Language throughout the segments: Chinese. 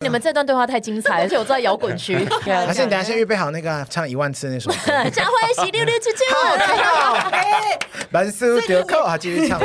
你们这段对话太精彩，而且我坐在摇滚 区。 还是你等下先预备好那个啊唱一万次那首歌，佳欢喜六六之见好我。听哦！哎，蓝苏德扣啊，继续唱。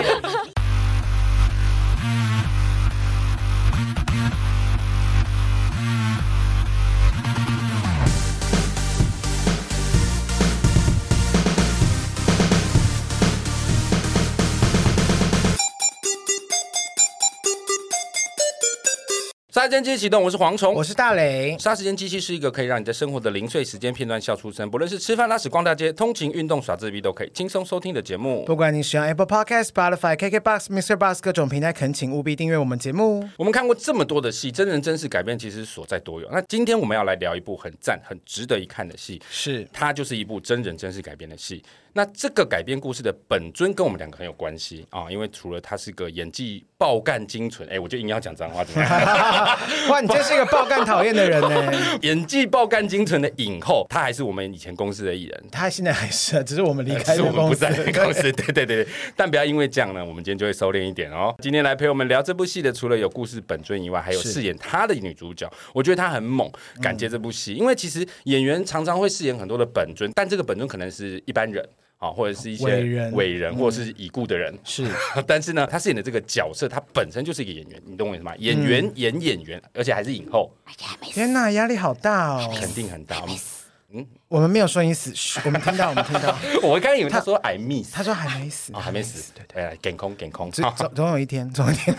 杀时间机器启动，我是蝗虫我。是大雷，杀时间机器是一个可以让你在生活的零碎时间片段笑出声，不论是吃饭、拉屎、逛大街、通勤、运动、耍自闭，都可以轻松收听的节目。不管你使用 Apple Podcast、Spotify、KKBox、Mr. Bus 各种平台，恳请务必订阅我们节目。我们看过这么多的戏，真人真事改编其实所在多有。那今天我们要来聊一部很赞、很值得一看的戏，是它就是一部真人真事改编的戏。那这个改编故事的本尊跟我们两个很有关系啊，因为除了他是个演技爆干精纯，哎，我就硬要讲脏话，怎 么样？哇，你真是一个爆干讨厌的人 呢。演技爆干精纯的影后，她还是我们以前公司的艺人。他现在还是啊，只是我们离开是这我个们不公在的 司。公司，对对对对。但不要因为这样呢，我们今天就会收敛一点哦。今天来陪我们聊这部戏的，除了有故事本尊以外，还有是嗯饰演她的女主角，我觉得她很猛，敢接这部戏。因为其实演员常常会饰演很多的本尊，但这个本尊可能是一般人。啊，或者是一些伟人嗯伟人或者是已故的人，是 但是呢，她饰演的这个角色，她本身就是一个演员，你懂我意思吗？演嗯员演演员，而且还是影后，天哪，压力好大哦！肯定很大。我们我们没有说你死，嘘我们听到，我们听到。 我刚才以为她说 I miss，他说还没死 啊，还没死，对对，哎减空减空，只总总有一天，总有一 天。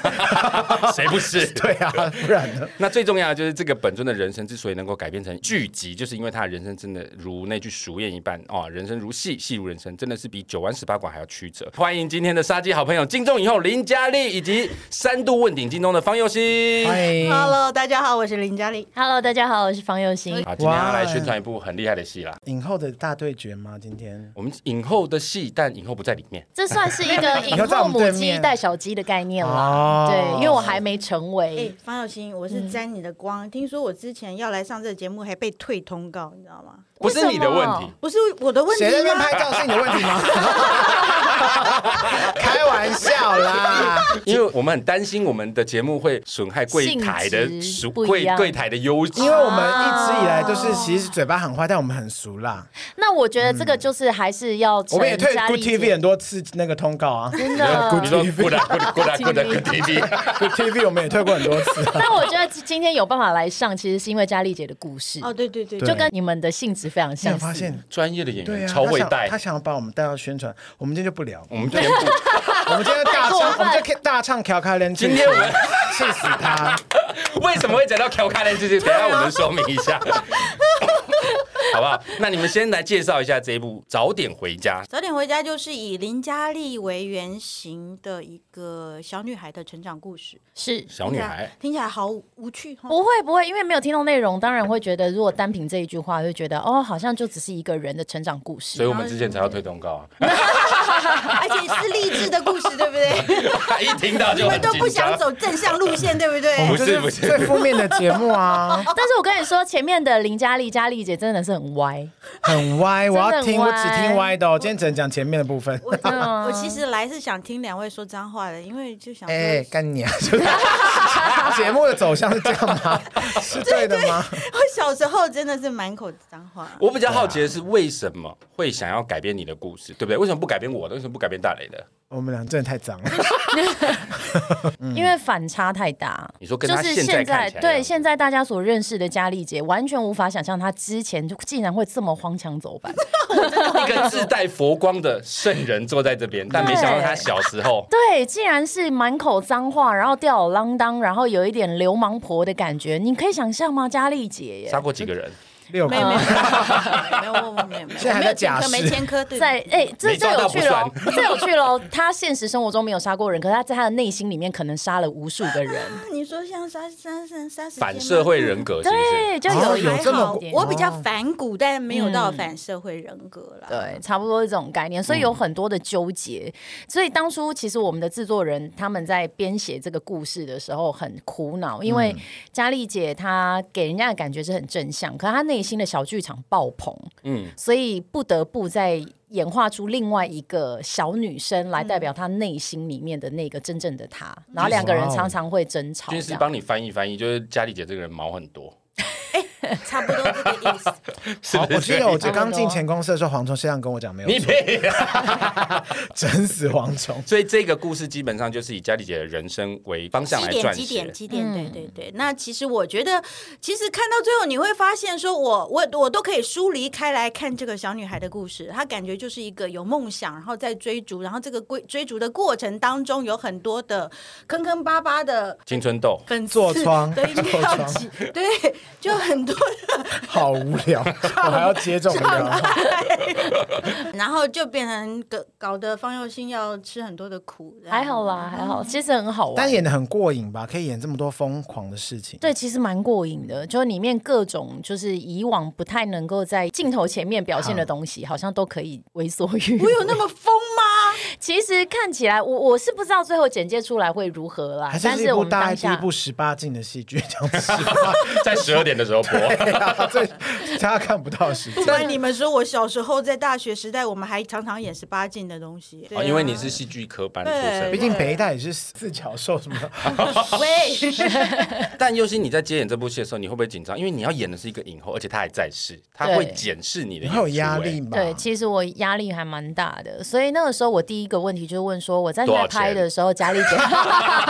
谁 不是？对啊，不然呢？ 那最重要的就是这个本尊的人生之所以能够改变成剧集，就是因为他的人生真的如那句俗谚一般哦，人生如戏，戏如人生，真的是比九弯十八拐还要曲折。欢迎今天的杀鸡好朋友金钟影后林嘉丽以及三度问鼎金钟的方佑希。欢迎。 Hello，大家好，我是林嘉丽。 Hello，大家好，我是方佑欣。好，今天要来宣传一部很厉害的戏啦。影后的大对决吗？今天我们影后的戏，但影后不在里面。这算是一个 你影要在后我们母对鸡面带小鸡的概念哦啦。对，因为我还没成哎、为。方小新，我是沾你的光。听说我之前要来上这个节目，还被退通告，你知道吗？不是你的问为什题么，不是我的问题谁在那边吗？拍照是你的问 题吗？开玩笑啦！因为我们很担心我们的节目会损害柜台性的质熟不一柜样柜台的优质，因为我们一直以来都是，哦其实嘴巴很坏，但我们很熟啦。那我觉得这个就是还是要哎我成们也退嘉 Good 丽 TV 姐很多次那个通告啊真的。你说 good good good good good TV。 ，Good TV 我们也退过很多 次啊。但我觉得今天有办法来上，其实是因为佳丽姐的故事，哦，对对对，对就跟你们的性质非常你有相发似。现？专业的演对员啊，嗯超嗯会他带想他，想要把我们带到宣传，我们今天就不聊，我们今天不，我们今天 大过分唱，我们就大唱调开连。今天我们气死他！为什么会讲到调侃的这些？等一下我们说明一下， 好不好？那你们先来介绍一下这一部《早点回家》。早点回家就是以林嘉丽为原型的一个小女孩的成长故事。是小女孩听起来好无趣哦。不会不会，因为没有听到内容，当然会觉得，如果单凭这一句话，会觉得哦，好像就只是一个人的成长故所事。以我们之前才要推通告啊而且是励志的故事，对不对？啊，一听到 你就们很都不紧想张。走正向路线，对不我对？们 不就是是不是最负面的节目啊，但是我跟你说，前面的林嘉丽、嘉丽姐真的是很歪，很歪。我要真的很听，我只歪听歪的哦。今天只能讲前面的部分。我啊我其实来是想听两位说脏话的，因为就想说哎，干你啊！就是节目的走向是这样吗？是对的吗？ 我小时候真的是满口脏话。我比较好奇的是，为什么会想要改编你的故事，对不对？为什么不改编我的？为什么不改编大雷的？我们俩真的太脏了。因为反差太大。嗯你说跟就她是现在现在看起来的样对子现在大家所认识的佳丽姐，完全无法想象她之前就竟然会这么荒腔走板。 一个自带佛光的圣人坐在这边，但没想到他小时候对，竟然是满口脏话，然后吊儿郎当，然后有一点流氓婆的感觉，你可以想象吗？佳丽姐耶杀，过几个人，六没个有没有没有没有没有没有没有，现在还在假释没有前科没前科，对在哎、这这没抓到有不趣喽， 这有趣喽。她现实生活中没有杀过人，可是她在她的内心里面可能杀了无数的人。你说像杀杀杀杀死反社会人 格是不是？对，就有哦有一还这么好点我比较反骨，但没有到反社会人格啦。对，差不多是这种概念，所以有很多的纠结。所以当初其实我们的制作人他们在编写这个故事的时候很苦恼，因为佳丽姐她给人家的感觉是很正向，可她内内心的小剧场爆棚，嗯，所以不得不再演化出另外一个小女生来代表她内心里面的那个真正的她，然后两个人常常会争吵。军这师样帮你翻译翻译，就是佳丽姐这个人毛很 多，差不多这个意思。是好哎不是？我记得我差不多刚进前公司的时候，蝗虫先生跟我讲没有你错，配。整死蝗虫。 所以这个故事基本上就是以佳丽姐的人生为方向几来点撰几点写。几点，对对对。那其实我觉得，其实看到最后你会发现，说我我我都可以梳理开来看这个小女孩的故事，她感觉就是一个有梦想，然后在追逐，然后这个追追逐的过程当中有很多的坑坑巴巴的。青春痘，粉坐窗的尿急，对，就很多好无聊，我还要接这种聊。 然后就变成搞搞得方佑兴要吃很多的苦，还好啦，还好，其实很好玩但。演的很过瘾吧？可以演这么多疯狂的事情。对，其实蛮过瘾的，就是里面各种就是以往不太能够在镜头前面表现的东西，好像都可以为所欲我为。有那么疯吗？ 其实看起来，我我是不知道最后简介出来会如何啦还，是但是一我部们大当爱第一下部十八禁的戏剧，这样子，在十二点的时 候播。最大家看不到的时不间。瞒你们说，我小时候在大学时代，我们还常常演十八禁的东西。哦因为你是戏剧科班出身毕啊对嘛，竟北大也是四角兽什么 的，喂，但尤其你在接演这部戏的时候，你会不会紧张？因为你要演的是一个影后，而且她还在世，她对会检视你的你演会出欸有压力。吗？对，其实我压力还蛮大的，所以那个时候我第一个问题就是问说，我站多在少钱拍的时候，佳丽 姐，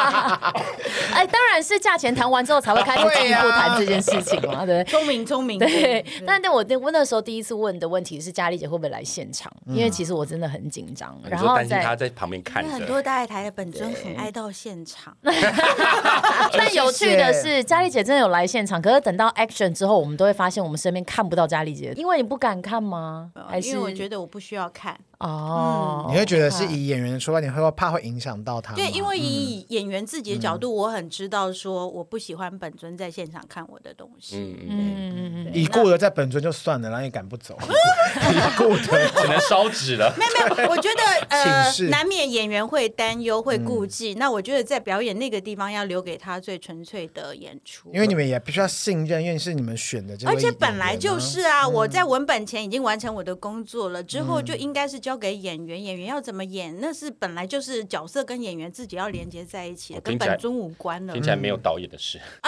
哎，当然是价钱谈完之后才会开始进一啊步谈这件事情嘛，对不对？ 聪明聪明。对，但但我那我那时候第一次问的问题是佳丽姐会不会来现场，因为其实我真的很紧张，你然说后担心她在在旁边看因为很着，多大爱台的本尊很爱到现场，但有趣的谢是，佳丽姐真的有来现场，可是等到 action 之后，我们都会发现我们身边看不到佳丽姐，因为你不敢看吗？还是因为我觉得我不需要看。嗯哦，你会觉得是以演员的出发点，会怕会影响到他吗。对，因为以嗯演员自己的角度，我很知道说我不喜欢本尊在现场看我的东西。嗯，嗯，嗯嗯嗯。已故的在本尊就算了，然后也赶不 走。已故的只能烧纸了。没有没有，我觉 得呃请示，嗯难免演员会担忧、会顾忌。那我觉得在表演那个地方要留给他最纯粹的演出。因为你们也必须要信任，因为是你们选的这位而演员且啊嗯本来就是啊，我在文本前已经完成我的工作了，之后就应该是交给演员，演员要怎么演，那是本来就是角色跟演员自己要连接在一起的，哦跟听起来本尊无关了听。起来没有导演的事，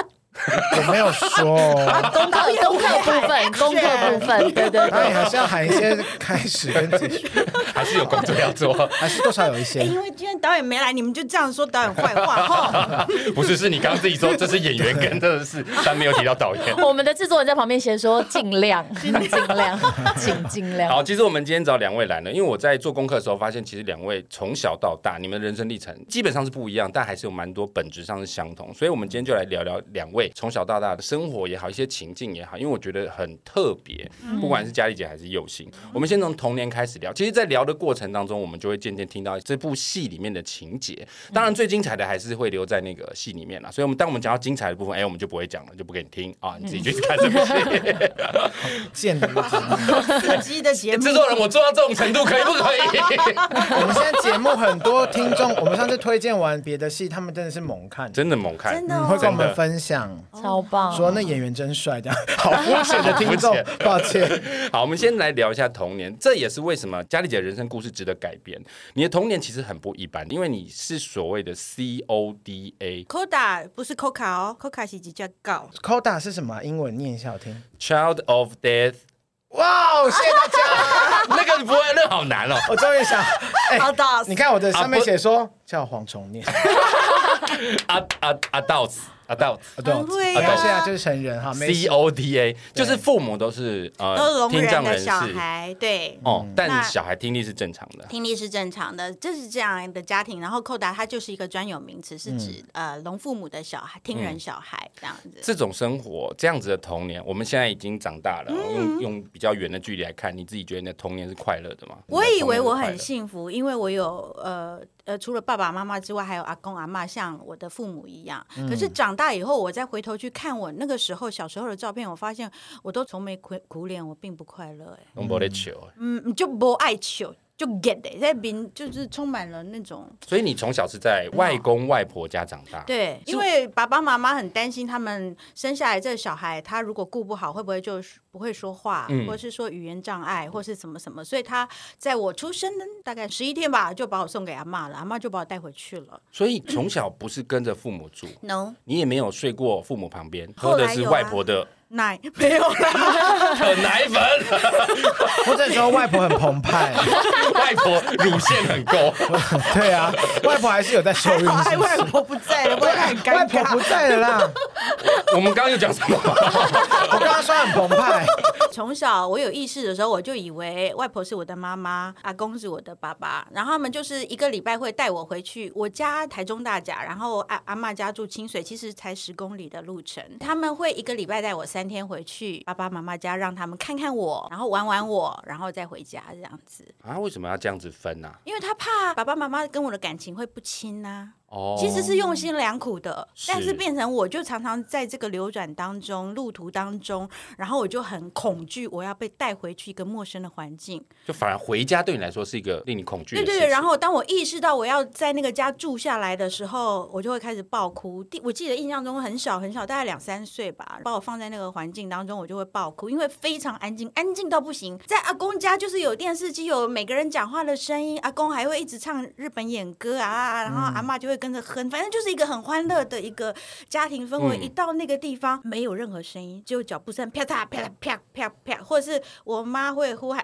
我没有 说，哦功课功课部分，功课部分，对对那对。你还是要喊一些开始跟结束，还是有工作要做，还是多少有一哎些。因为今天导演没来，你们就这样说导演坏话 哈。不是？是你刚刚自己说这是演员跟这是，但没有提到导演。我们的制作人在旁边先说尽量，尽量，请尽量。好，其实我们今天找两位来呢，因为我在做功课的时候发现，其实两位从小到大，你们的人生历程基本上是不一样，但还是有蛮多本质上是相同。所以，我们今天就来聊聊两位从小到大的生活也好，一些情境也好，因为我觉得很特别，不管是佳丽姐还是佑心。我们先从童年开始聊，其实，在聊的过程当中，我们就会渐渐听到这部戏里面的情节。当然，最精彩的还是会留在那个戏里面啦。所以，我们当我们讲到精彩的部分，哎、我们就不会讲了，就不给你听啊，你自己去看这部戏。贱的一集，可惜的节目制作人，我做到这种程度可以不可以？ 我们现在节目很多听众，我们上次推荐完别的戏，他们真的是猛看，真的猛看，真的嗯，哦会跟我们分享超棒！说那演员真帅，这样好肤浅的听众好肤，抱歉。好，我们先来聊一下童年，这也是为什么佳丽姐的人生故事值得改编。你的童年其实很不一般，因为你是所谓的 C O D A Koda 不是 Coca 哦，Coca 是比较高。 Coda 是什么啊？英文念一下我听。 Child of Death， 哇，谢谢大家，那个不会，那个好难哦。我终于想，哎，好的， 你看我的上面啊不写说叫蝗虫念，啊啊啊 d u l t s a d u l t 啊对很会啊啊现在就是成人哈， 没 C O D A，就是父母都是都呃聋听人障的人士小孩，对。哦，但那小孩听力是正常的。听力是正常的，这是这样的家庭。然后寇达它就是一个专有名词，是指、呃聋父母的小孩、听人小孩这样子。这种生活，这样子的童年，我们现在已经长大了，嗯用用比较远的距离来看，你自己觉得你的童年是快乐的吗？我以为我你的童年是快乐很幸福，因为我有呃呃，除了爸爸妈妈之外，还有阿公阿妈，像我的父母一样。可是长大以后，我再回头去看我那个时候小时候的照片，我发现我都愁眉苦苦脸，我并不快乐、哎，我没得求，嗯，你就不爱求，就 get 的、在民就是充满了那种所以你从小是在外公外婆家长大，对，是因为爸爸妈妈很担心他们生下来这个小孩，他如果顾不好，会不会就是不会说话，嗯或者是说语言障碍，或是什么什么，所以他在我出生的大概十一天吧，就把我送给阿嬷了，阿嬷就把我带回去了。所以从小不是跟着父母住，能你也没有睡过父母旁边，喝嗯后来的是有啊外婆的 奶没有啦，呃奶粉， 我只能说外婆很澎湃，外婆乳腺很够。 对啊，外婆还是有在受孕，好是爱不 外是？婆不在了，不然很外尴婆不尬。在了啦，我们刚刚又讲什 么？我刚刚说很澎湃，从小我有意识的时候，我就以为外婆是我的妈妈，阿公是我的爸爸，然后他们就是一个礼拜会带我回去我家台中大甲，然后阿阿嬷家住清水，其实才十公里的路程。他们会一个礼拜带我三天回去爸爸妈妈家，让他们看看我，然后玩玩我，然后再回家这样子。啊，为什么要这样子分呢、啊？因为他怕爸爸妈妈跟我的感情会不亲啊呐、哦其实是用心良苦的，是但是变成我就常常在这个流转当中、路途当中，然后我就很恐惧，我要被带回去一个陌生的环境。就反而回家对你来说是一个令你恐惧的对事情。对对，然后当我意识到我要在那个家住下来的时候，我就会开始爆哭。第我记得印象中很小很小，大概两三岁吧，把我放在那个环境当中，我就会爆哭，因为非常安静，安静到不行。在阿公家就是有电视机，有每个人讲话的声音，阿公还会一直唱日本演歌啊，然后嗯阿嬷就会跟着哼，反正就是一个很欢乐的一个家庭氛围。嗯一到那个地方，没有任何声音，只有脚步声，啪嗒啪嗒啪啪啪，或者是我妈会呼喊。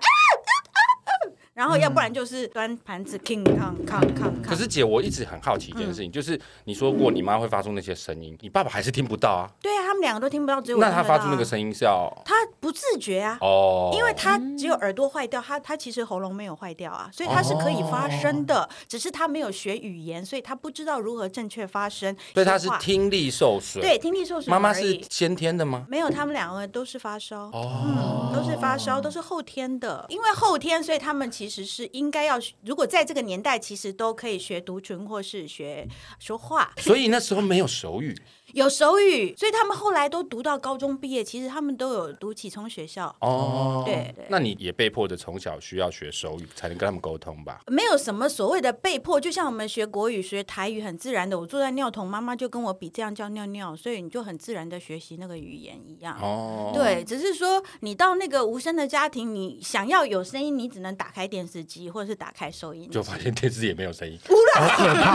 然后要不然就是端盘子 king 康康康嗯可康。是姐，我一直很好奇一件事嗯情，就是你说过你妈会发出那些声音，你爸爸还是听不到啊？对啊，他们两个都听不到，只有我那听他得发到出那啊个声音是要他不自觉啊，哦，因为他只有耳朵坏掉，他他其实喉咙没有坏掉啊，所以他是可以发声哦的，只是他没有学语言，所以他不知道如何正确发声。所以他是说话听力受损。，对听力受损而妈已。妈是先天的吗？没有，他们两个都是发烧，哦嗯，都是发烧，都是后天的。因为后天，所以他们其实是应该要，如果在这个年代，其实都可以学读唇或是学说话。 所以那时候没有手语有手语，所以他们后来都读到高中毕业，其实他们都有读启聪学校。哦。对对那你也被迫的从小需要学手语才能跟他们沟通吧？没有什么所谓的被迫，就像我们学国语、学台语，很自然的。我坐在尿桶，妈妈就跟我比这样叫尿尿，所以你就很自然的学习那个语言一样。哦，对，只是说你到那个无声的家庭，你想要有声音，你只能打开电视机或者是打开收音机就。发现电视也没有声音，好可怕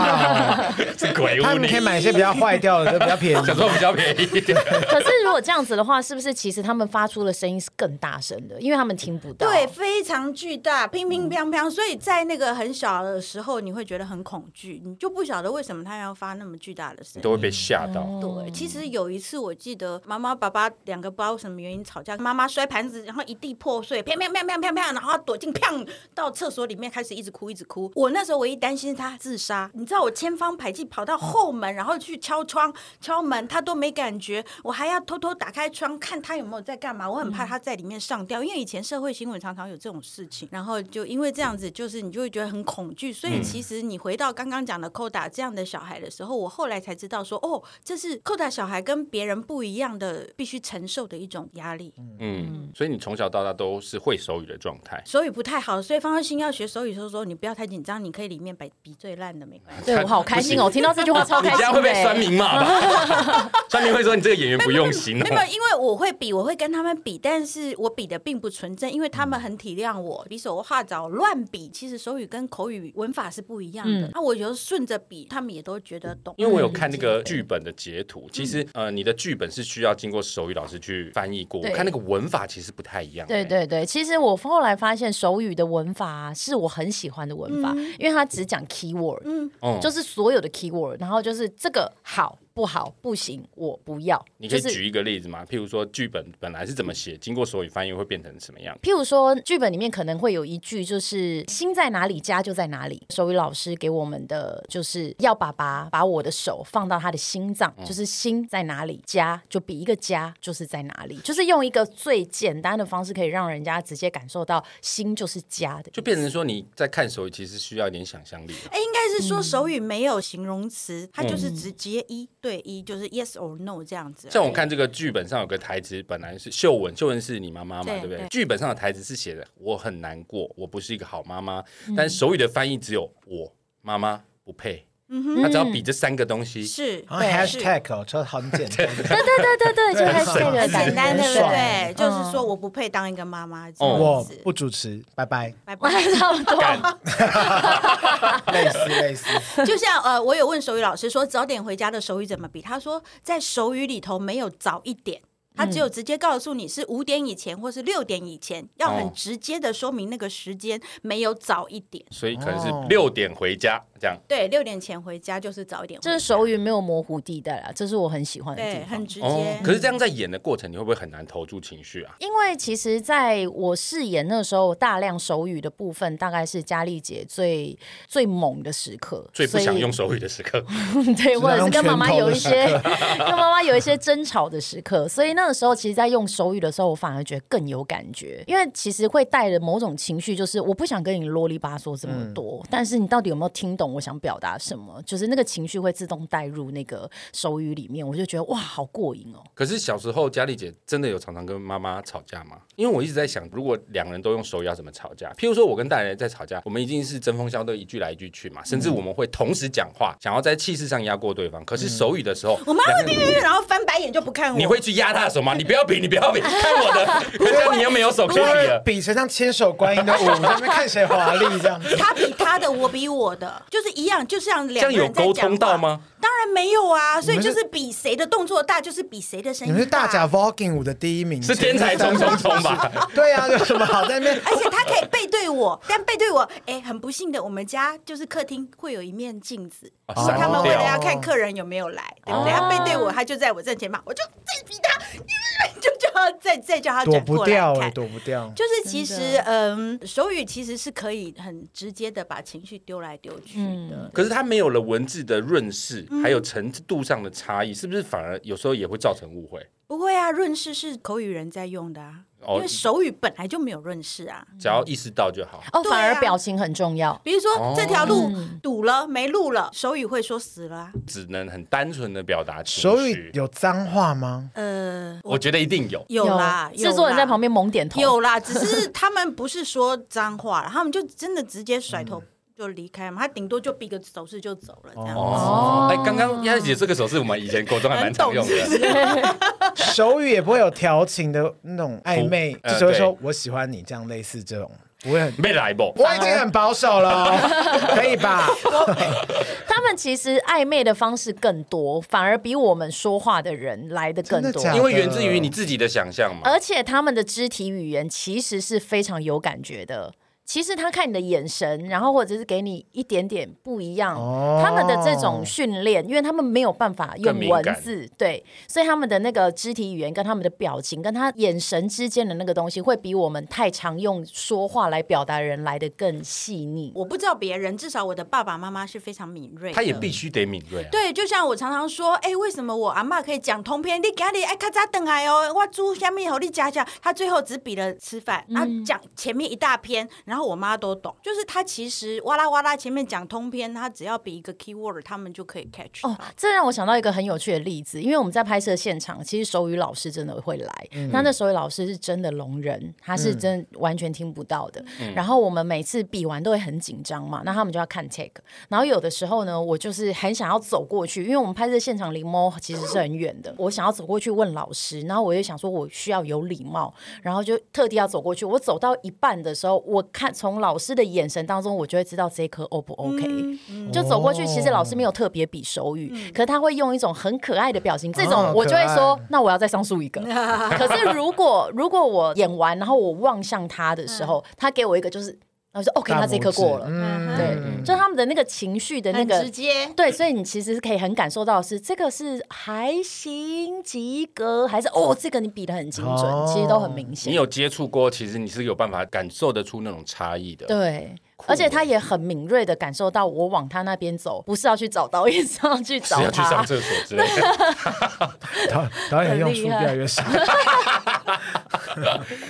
哦！是鬼他屋们你可以买一些比较坏掉的，比较 便宜。想说比较便宜一点。可是如果这样子的话，是不是其实他们发出的声音是更大声的，因为他们听不到？对，，非常巨大，乒乒乓嗯乓，所以在那个很小的时候，你会觉得很恐惧，你就不晓得为什么他要发那么巨大的声音你都。会被吓到。对，其实有一次我记得妈妈、爸爸两个不知道什么原因吵架，妈妈摔盘子，然后一地破碎，砰砰砰砰砰砰，然后躲进砰到厕所里面开始一直哭一直哭。我那时候唯一担心是他自杀，你知道我千方百计跑到后门，然后去敲窗敲门，他都没感觉，我还要偷偷打开窗看他有没有在干嘛，我很怕他在里面上吊，因为以前社会新闻常常有这种事情，然后就因为这样子，就是你就会觉得很恐惧，所以其实你回到刚刚讲的扣打这样的小孩的时候，我后来才知道说，哦，这是扣打小孩跟别人不一样的，必须承受的一种压力。嗯，所以你从小到大都是会手语的状态。手语不太好，所以方浩欣要学手语的时候说，你不要太紧张，你可以里面比比最烂的没关系。对我好开心哦！我听到这句话超你开心的欸。这样会被酸民骂吧？ 酸民会说你这个演员不用心哦没。有，因为我会比，我会跟他们比，但是我比的并不纯正，因为他们很体谅我，比手画脚乱比。其实手语跟口语文法是不一样的，那、我有时候顺着比，他们也都觉得懂。因为我有看那个剧本的截图，其实呃，你的剧本是需要经过手语老师去翻译过。我对看那个文法其实不太一样。对欸，对对，其实我后来发现手语的文法、啊、是我很喜欢的文法，因为它只讲 keyword，、嗯就是所有的 keyword，然后就是这个好不好不行，我不要。你可以就是举一个例子吗？譬如说剧本本来是怎么写，经过手语翻译会变成什么样？譬如说，剧本里面可能会有一句，就是“心在哪里，家就在哪里”。手语老师给我们的就是要爸爸把我的手放到他的心脏，就是心在哪里，家就比一个家就是在哪里，就是用一个最简单的方式，可以让人家直接感受到心就是家的。就变成说你在看手语，其实需要一点想象力。哎，应该是说手语没有形容词，它就是直接一。对一，就是 yes or no 这样子。像我看这个剧本上有个台词，本来是秀文，秀文是你妈妈嘛，对对不对对？剧本上的台词是写的“我很难过，我不是一个好妈妈”，嗯但手语的翻译只有“我妈妈不配”，嗯他只要比这三个东西，是好对像啊 hashtag 哦，这很简单，对对对对对，就对还是这个很很感简单，觉对很不爽哦对？就是嗯说我不配当一个妈妈这我样子。不主持，拜拜，拜拜。差 不多，类似类似， 就像呃，我有问手语老师说早点回家的手语怎么比，他说在手语里头没有早一点。他只有直接告诉你是五点以前或是六点以前，要哦很直接的说明那个时间没有早一点。所以可能是哦六点回家这样。对，六点前回家就是早一点回这家。是手语没有模糊地带啦，这是我很喜欢的地对，方很。直接。哦可是这样在演的过程，你会不会很难投注情绪啊？因为其实在我饰演那时候，大量手语的部分大概是佳丽姐最最猛的时刻，最不所以想用手语的时刻， 对，或者是跟妈妈有一些只 能跟妈妈有一些争吵的时刻，所以那个时候其实，在用手语的时候，我反而觉得更有感觉，因为其实会带着某种情绪，就是我不想跟你啰里吧嗦这么多，但是你到底有没有听懂我想表达什么？就是那个情绪会自动带入那个手语里面，我就觉得哇，好过瘾哦！可是小时候佳丽姐真的有常常跟妈妈吵架吗？因为我一直在想，如果两人都用手语要怎么吵架？譬如说我跟大人在吵架，我们一定是针锋相对，一句来一句去嘛，甚至我们会同时讲话，想要在气势上压过对方。可是手语的时候，我妈两会个哔哔哔，然后翻白眼就不看我。你会去压他的手吗？你不要比，你不要比，看我的，可这样你又没有手可以比了。比成像千手观音的舞，在那边看谁华丽这样。他比他的，我比我的，就是一样，就像这两样个有人在沟讲通到话？吗？当然没有啊，所以你就们是是比谁的动作大，就是比谁的声你音们是大甲大。 voguing 舞的第一名，是天才冲冲冲吧？ 对啊，有什么好在那边？而且他可以背对我， 但背对我，哎、很不幸的，我们家就是客厅会有一面镜子，啊是哦他们闪为了掉要看客人有没有来，对不对？哦他背对我，他就在我正前方，我就再逼他， 就叫他再再叫他躲转不过来欸掉哎、看。躲不掉。就是其实真，嗯，手语其实是可以很直接的把情绪丢来丢去的。嗯可是它没有了文字的润饰，嗯还有程度上的差异，是不是反而有时候也会造成误会？不会啊，润饰是口语人在用的啊，哦因为手语本来就没有润饰啊。只要意识到就好。哦，对啊反而表情很重要。比如哦说这条路堵了，没路了，手语会说死了啊。只能很单纯的表达情手语绪。有脏话吗？呃，我觉得一定有，有啦，有制作人在啦旁边猛点头。有啦，只是他们不是说脏话， 他们就真的直接甩嗯头就离开嘛，他顶多就比个手势就走了这样。哦，哎，刚刚燕姐这个手势，我们以前国中还蛮常用的，手语也不会有调情的那种暧昧， 呃就只会说对我喜欢你这样类似这种，不会很。没来不？我已经很保守了哦，可以吧？他们其实暧昧的方式更多，反而比我们说话的人来的更真的多假。的 因为源自于你自己的想象嘛。而且他们的肢体语言其实是非常有感觉的。其实他看你的眼神，然后或者是给你一点点不一样，哦他们的这种训练，因为他们没有办法用更敏文感字，对，所以他们的那个肢体语言跟他们的表情跟他眼神之间的那个东西，会比我们太常用说话来表达人来的更细腻。我不知道别人，至少我的爸爸妈妈是非常敏锐的。他也必须得敏锐啊。对，就像我常常说，哎、为什么我阿嬷可以讲通篇？你家里哎，咔嚓等来哦，我煮下面好你夹夹。她最后只比了吃饭，嗯啊，讲前面一大篇，然后我妈都懂。就是她其实哇啦哇啦，前面讲通篇，她只要比一个 keyword，他们就可以 catch 到。哦，这让我想到一个很有趣的例子，因为我们在拍摄现场，其实手语老师真的会来。那那手语老师是真的聋人，他是真的完全听不到的。然后我们每次比完都会很紧张嘛，那他们就要看 take。然后有的时候呢，我就是很想要走过去，因为我们拍摄现场离猫其实是很远的，我想要走过去问老师，然后我就想说我需要有礼貌，然后就特地要走过去。我走到一半的时候，我看从老师的眼神当中，我就会知道这一颗 O 不 OK。就走过去，其实老师没有特别比手语，可是他会用一种很可爱的表嗯情，这种哦我就会可说爱，那我要再上诉一 个。可是如果如果我演完，然后我望向他的时候，他给我一个就是，然后说 OK，大他拇这颗指过了，嗯对，就他们的那个情绪的那很个直接。对，所以你其实是可以很感受到的是这个是还行及格，还是哦这个你比的很精准，哦其实都很明你显。有接触过，其实你是有办法感受得出那种差异的。对，而且他也很敏锐的感受到我往他那边走，不是要去找导演，是要去找是要去他上。厕所之类的。导导演用处越来越少。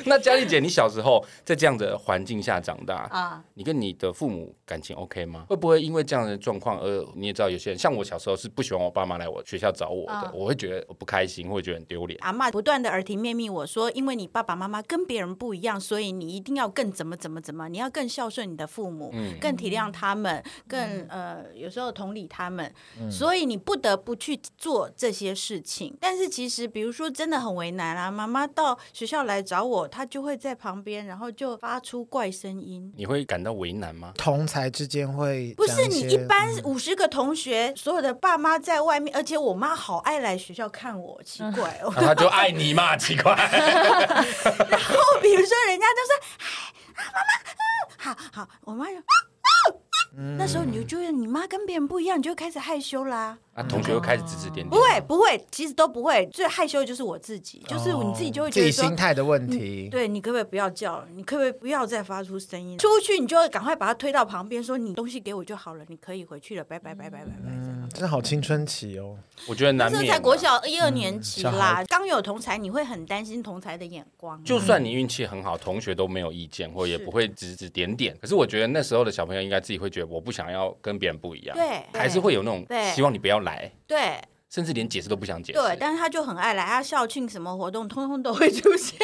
那佳丽姐，你小时候在这样的环境下长大，啊，你跟你的父母感情 OK 吗？会不会因为这样的状况而你也知道有些人，像我小时候是不喜欢我爸妈来我学校找我的，啊我会觉得我不开心，会觉得很丢脸。阿嬷不断的耳提面命我说，因为你爸爸妈妈跟别人不一样，所以你一定要更怎么怎么怎么，你要更孝顺你的父母，嗯更体谅他们，更呃有时候同理他们，嗯所以你不得不去做这些事情。但是其实，比如说真的很为难啦、妈妈到学校来找我，她就会在旁边，然后就发出怪声音。你会感到为难吗？同才之间会不讲是你些嗯一般五十个同学，所有的爸妈在外面，而且我妈好爱来学校看我，奇怪哦。那他就爱你嘛，奇怪。然后 比如说人家就说：“哎，啊妈妈，嗯好好。”我妈就。啊啊嗯啊那时候你就觉得你妈跟别人不一样，你就会开始害羞啦。啊，同学又开始指指点点。不会，不会，其实都不会。最害羞的就是我自己，就是你自己就会哦自觉己得说，嗯心态的问题，对你可不可以不要叫了？你可不可以不要再发出声音？出去你就赶快把他推到旁边，说你东西给我就好了，你可以回去了，拜拜拜拜拜拜。这样嗯，真的好青春期哦。我觉得难那时候免啊。才国小一二年级嗯小啦孩，刚有同才，你会很担心同才的眼光。就算你运气很好，同学都没有意见，或也是不会指指点点。可是我觉得那时候的小朋友应该自己会觉得，我不想要跟别人不一样，对还是会有那种对希望你不要来，对，甚至连解释都不想解释。对，但是他就很爱来，他校庆什么活动，通通都会出现。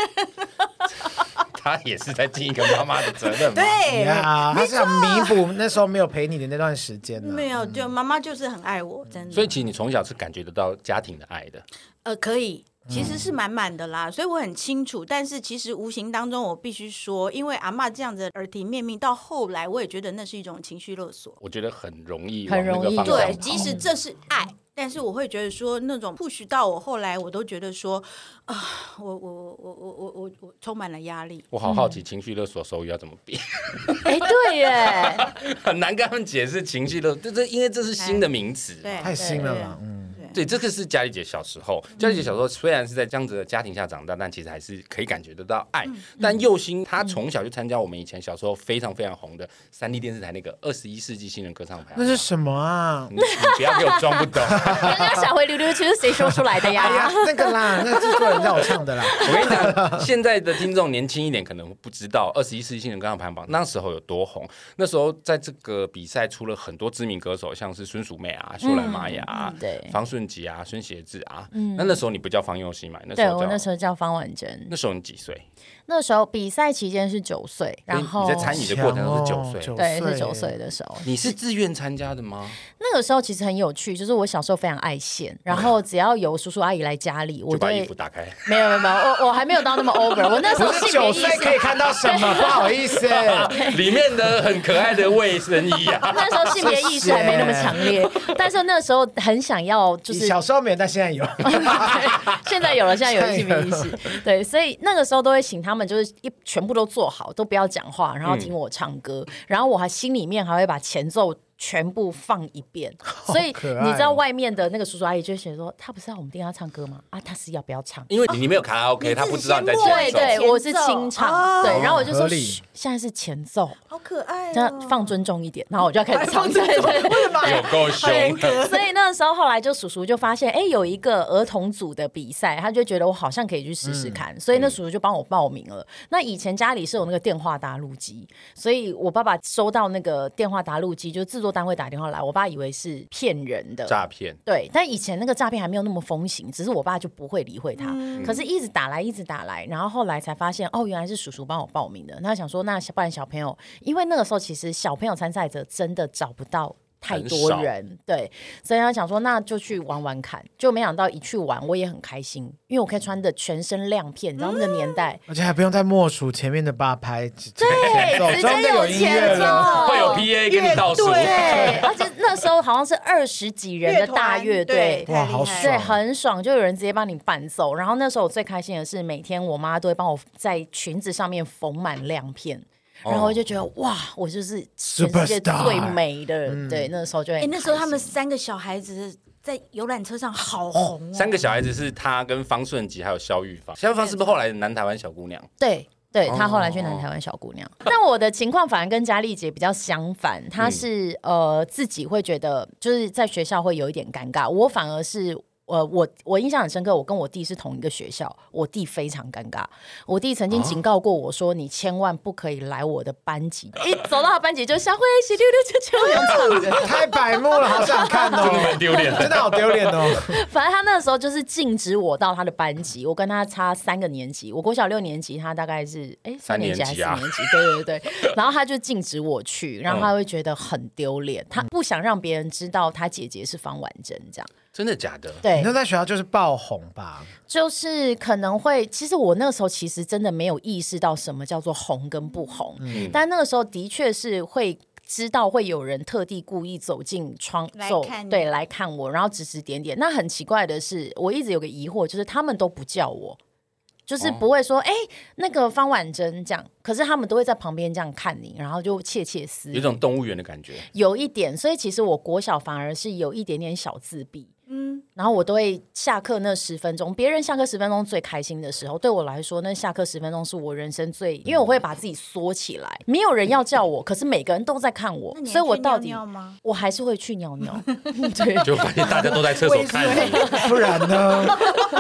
他也是在尽一个妈妈的责任嘛。对呀，他是想弥补那时候没有陪你的那段时间呢。啊没有，就妈妈就是很爱我，真的。所以其实你从小是感觉得到家庭的爱的。呃，可以，其实是满满的啦，所以我很清楚。但是其实无形当中，我必须说，因为阿嬷这样子耳提面命，到后来我也觉得那是一种情绪勒索。我觉得很容易很往那个容易方向这跑，样对，即使这是爱，但是我会觉得说那种 push 到我后来，我都觉得说啊，我我我我我我我我充满了压力。我好好奇情绪勒索手语要怎么比， 哎，对耶，很难跟他们解释情绪勒索，这这因为这是新的名词。嗯对，太新了啦，嗯，对，这个是佳丽姐小时候。佳丽嗯姐小时候虽然是在这样子的家庭下长大，但其实还是可以感觉得到爱。嗯但佑星她从小就参加我们以前小时候非常非常红的三立电视台那个二十一世纪新人歌唱排行榜。那是什么啊？你你不要给我装不懂， 刚刚哎小灰溜溜球是谁说出来的哎呀 呀？，那个啦，那个制作人让我唱的啦。我跟你讲，现在的听众年轻一点可能不知道，二十一世纪新人歌唱排行榜那时候有多红。那时候在这个比赛出了很多知名歌手，像是孙淑媚啊、舒兰玛雅啊、嗯对嗯方顺吉啊、孙协志啊。那那时候你不叫方佑熙嘛？那时对候我叫那时候叫方婉珍那，时候你几岁？那时候比赛期间是九岁，然后你在 参与的过程中是九岁。强哦对是九岁，的时候，你是自愿参加的吗？那个时候其实很有趣，就是我小时候非常爱现，然 后只要有叔叔阿姨来家里，我就就把衣会服打 开。没有没有没有，我我还没有到那么 over，我那时不候是性别九意识岁可以看到什么？不好意思，里面的很可爱的卫生衣啊，那时候性别意识还没那么强烈，但是那时候很想要，就是小时候没有，但现 在有。现在有了，现在有性别意 识，对，所以那个时候都会请他们，就是一全部都做好，都不要讲话，然后嗯听我唱歌，然后我还心里面还会把前奏。全部放一遍，所以可爱哦你知道外面的那个叔叔阿姨就会写说，他不是要我们听他唱歌吗？啊，他是要不要唱？ 因为你里面有卡拉 OK，你自己他不知道你在先前对奏。对，奏我是清唱，哦对，然后我就说合理嘘现在是前奏，好可爱那哦！放尊重一点，然后我就要哎开始唱，对对对有够凶的，所以那时候后来就叔叔就发现，哎、有一个儿童组的比赛，他就觉得我好像可以去试试看，所以那叔叔就帮我报名了。那以前家里是有那个电话打录机，所以我爸爸收到那个电话打录机，就制作单位打电话来，我爸以为是骗人的。诈骗。对，但以前那个诈骗还没有那么风行，只是我爸就不会理会他。可是，一直打来，一直打来，然后后来才发现，哦，原来是叔叔帮我报名的。那想说，那不然小朋友，因为那个时候其实小朋友参赛者真的找不到。太多很少人对，所以他想说那就去玩玩看，就没想到一去玩我也很开心，因为我可以穿的全身亮片，你知道那个年代，而且还不用再默数前面的八拍，直接走对，直真接的嗯有有音乐钱了。了，会有 PA 给你倒数，哦对，而且那时候好像是二十几人的大乐队，对哇太厉好害了对，爽很爽，就有人直接帮你伴奏。然后那时候我最开心的是，每天我妈都会帮我在裙子上面缝满亮片，然后我就觉得哇，我就是全世界 Superstar 最美的。对，那时候就很哎，那时候开他心们三个小孩子在游览车上好红哦，三个小孩子是他跟方顺吉还有肖玉芳，肖玉芳是不是后来的南台湾小姑娘？对。对她后来去南台湾小姑娘，但我的情况反而跟佳丽姐比较相反，她是、呃自己会觉得就是在学校会有一点尴尬，我反而是呃，我我印象很深刻，我跟我弟是同一个学校，我弟非常尴尬。我弟曾经警告过我说：“你千万不可以来我的班级。”一走到他班级就小慧一起溜溜球球，这样唱歌。 太白目了，好想看真的蛮哦，丢脸的。真的好丢脸哦。反正他那个时候就是禁止我到他的班级，我跟他差三个年级，我国小六年级，他大概是哎三年年级还是级四啊年级？对对 对。然后他就禁止我去，然后他会觉得很丢脸，他不想让别人知道他姐姐是方婉珍这样。真的假的？ 对你，那在学校就是爆红吧？就是可能会，其实我那时候其实真的没有意识到什么叫做红跟不红，嗯嗯但那个时候的确是会。知道会有人特地故意走进窗来走看你对来看我，然后指指点点。那很奇怪的是，我一直有个疑惑，就是他们都不叫我，就是哦不会说哎、那个方婉珍这样，可是他们都会在旁边这样看你，然后就窃窃私有一语，种动物园的感觉。有一点。所以其实我国小反而是有一点点小自闭，嗯，然后我都会下课那十分钟，别人下课十分钟最开心的时候，对我来说，那下课十分钟是我人生最，因为我会把自己缩起来，没有人要叫我，可是每个人都在看我嗯 那，你所以我到还去底尿尿吗？我还是会去尿 尿。对，就发现大家都在厕所看你。不然呢？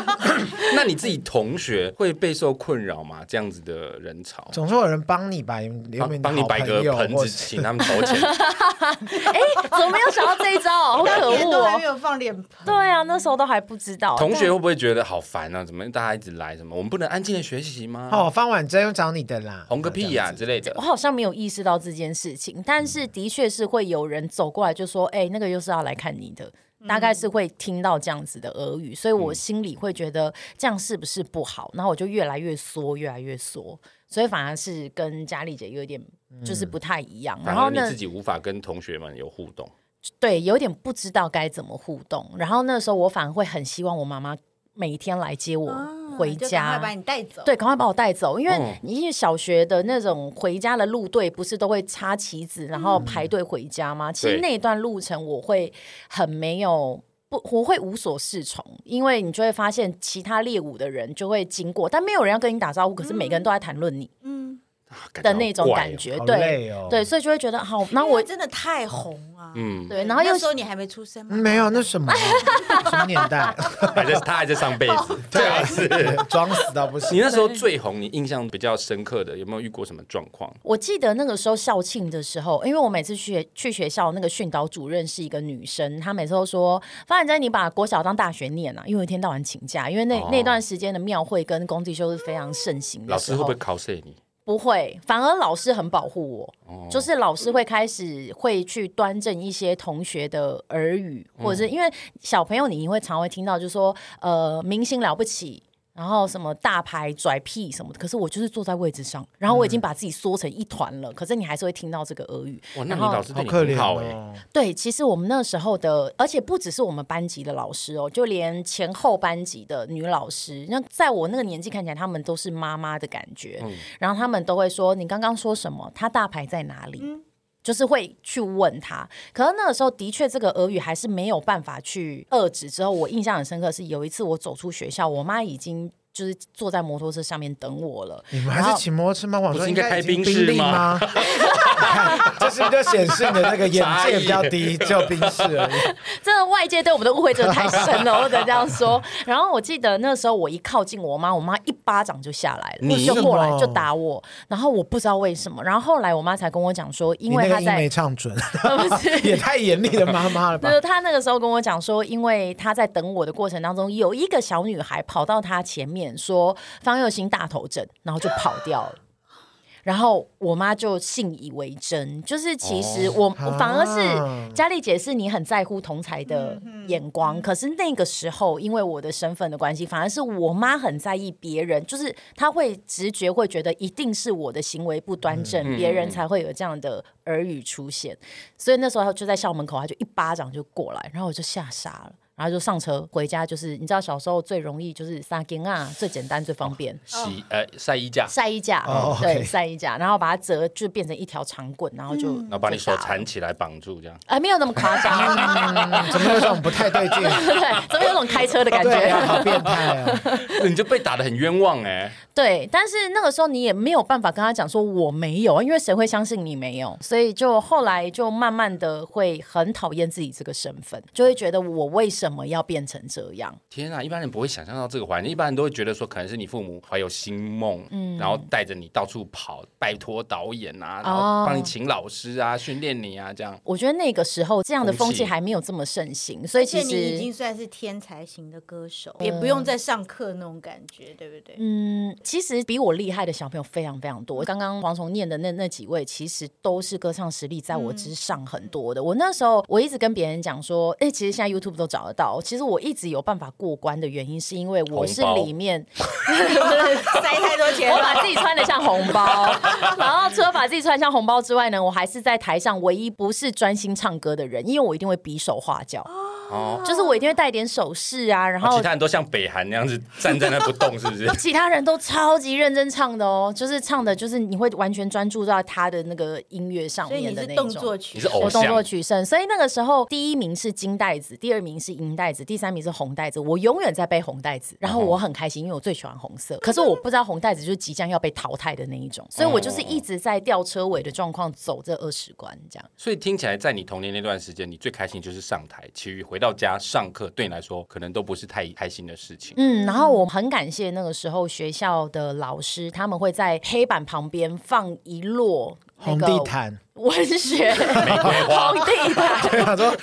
那你自己同学会备受困扰吗？这样子的人潮，总是有人帮你吧，有没有帮帮你摆个好朋盆友或子，是请他们投钱。哎，怎么没有想到这一招啊？好可 脸恶都还没哦！有放脸盆，对啊，那时候都还不知道。同学但会不会觉得好烦啊？怎么大家一直来？什么我们不能安静的学习吗？哦，方婉珍又找你的啦，红个屁呀、之类的我。好像没有意识到这件事情，但是嗯的确是会有人走过来就说：“哎、那个又是要来看你的。”大概嗯是会听到这样子的俄语，所以我心里会觉得这样是不是不好？然后我就越来越缩，越来越缩，所以反而是跟佳丽姐有点就是不太一样。嗯反然后而你呢自，己无法跟同学们有互动，对，有点不知道该怎么互动。然后那时候我反而会很希望我妈妈每天来接我啊回啊就赶家，快把你带走。对，赶快把我带走，因为嗯你因为小学的那种回家的路队，不是都会插旗子，然后排队回家吗？其实嗯对那一段路程，我会很没有。不，我会无所适从，因为你就会发现其他猎舞的人就会经过，但没有人要跟你打招呼，可是每个人都在谈论你嗯，啊感觉的好那种怪哦感觉，好对累哦。对，，所以就会觉得好。然那后我我真的太红啊。 嗯，对，然后又那时候你还没出生吗？没有那什么什么年代，还在他还在上辈哦子，对 啊，是。装死到不行你。那时候最红，你印象比较深刻的有没有遇过什么状况？我记得那个时候校庆的时候，因为我每次去去学校，那个训导主任是一个女生，她每次都说：“方展珍，你把国小当大学念啊！”因为我一天到晚请假，因为那、哦那段时间的庙会跟工地修是非常盛行的老时师候。会不会考碎你？不会，反而老师很保护我，就是老师会开始会去端正一些同学的耳语，或者是因为小朋友你会常会听到，就说呃明星了不起。然后什么大牌拽屁什么的，可是我就是坐在位置上，然后我已经把自己缩成一团了，可是你还是会听到这个俄语。哇，那然你后老师对好你可很怜好哎、哦！对，其实我们那时候的，而且不只是我们班级的老师哦，就连前后班级的女老师，那在我那个年纪看起来，她们都是妈妈的感觉，嗯然后她们都会说：“你刚刚说什么？她大牌在哪里？”嗯就是会去问她。可是那个时候的确，这个俄语还是没有办法去遏制。之后我印象很深刻是有一次我走出学校，我妈已经就是坐在摩托车上面等我了，你们然还后是骑摩托车吗？我不说是应应该该开已经宾士兵力吗？这是不是就显示你的那个眼界比较低，只有冰室而已。真的外界对我们的误会真的太深 了，我只能这样说。然后我记得那时候我一靠近我妈，我妈一巴掌就下来了，你就过来什么就打我，然后我不知道为什么。然后后来我妈才跟我讲说，因你为她那个音在没唱准，不是 也太严厉的妈妈了吧 就？是他那个时候跟我讲说，因为他在等我的过程当中，有一个小女孩跑到他前面说方佑兴大头症，然后就跑掉了。然后我妈就信以为真，就是其实我、我反而啊是佳丽姐是你很在乎同才的眼光，可是那个时候因为我的身份的关系，反而是我妈很在意别人，就是她会直觉会觉得一定是我的行为不端正，别人才会有这样的耳语出现。所以那时候他就在校门口，他就一巴掌就过来，然后我就吓傻了，然后就上车回家。就是你知道小时候最容易就是撒金啊，最简单最方便。洗呃晒衣架，晒衣架哦对， OK 晒衣架，然后把它折，就变成一条长棍，然后就、嗯然后把你手缠起来绑住， 这样哎，没有那么夸 张，嗯怎么有种不太对劲？对，怎么有种开车的感哦对觉？啊，好变态啊！你就被打的很冤枉哎、对，但是那个时候你也没有办法跟他讲说我没有，因为谁会相信你没有？所以就后来就慢慢的会很讨厌自己这个身份，就会觉得我为什么要变成这样？天啊，一般人不会想象到这个环境，一般人都会觉得说，可能是你父母怀有新梦，嗯然后带着你到处跑，拜托导演啊，哦然后帮你请老师啊，训练你啊，这样。我觉得那个时候这样的风风气气还没有这么盛行，所以而且其你已经实。算是天才型的歌手，也不用再上课那种感觉，对不对？嗯，其实比我厉害的小朋友非常非常多。刚刚黄虫念的那那几位，其实都是歌唱实力在我嗯之上很多的。我那时候我一直跟别人讲说，哎、其实现在 YouTube 都找得到。其实我一直有办法过关的原因，是因为我是红包里 面塞太多钱我了。把自己穿的像红包，然后除了把自己穿得像红包之外呢，我还是在台上唯一不是专心唱歌的人，因为我一定会比手画脚，哦，就是我一定会带点手势啊，然然后后其他人都像北韩那 样子站在那不动，是不是？其他人都超级认真唱的哦，就是唱的，就是你会完全专注到他的那个音乐上所以面你的是那动种。作曲你是，偶我动像作取胜，所以那个时候第一名是金袋子，第二名是银袋子，第三名是红袋子。我永远在背红袋子，然后我很开心，因为我最喜欢红嗯色。可是我不知道红袋子就是即将要被淘汰的那一种，所以我就是一直在吊车尾的状况走这二十关这样。所以听起来，在你童年那段时间，你最开心就是上台，其余回到家上课，对你来说可能都不是太开心的事情。嗯，然后我很感谢那个时候学校的老师，他们会在黑板旁边放一摞那红个地毯， 文学玫瑰花红，地毯。对，想说啊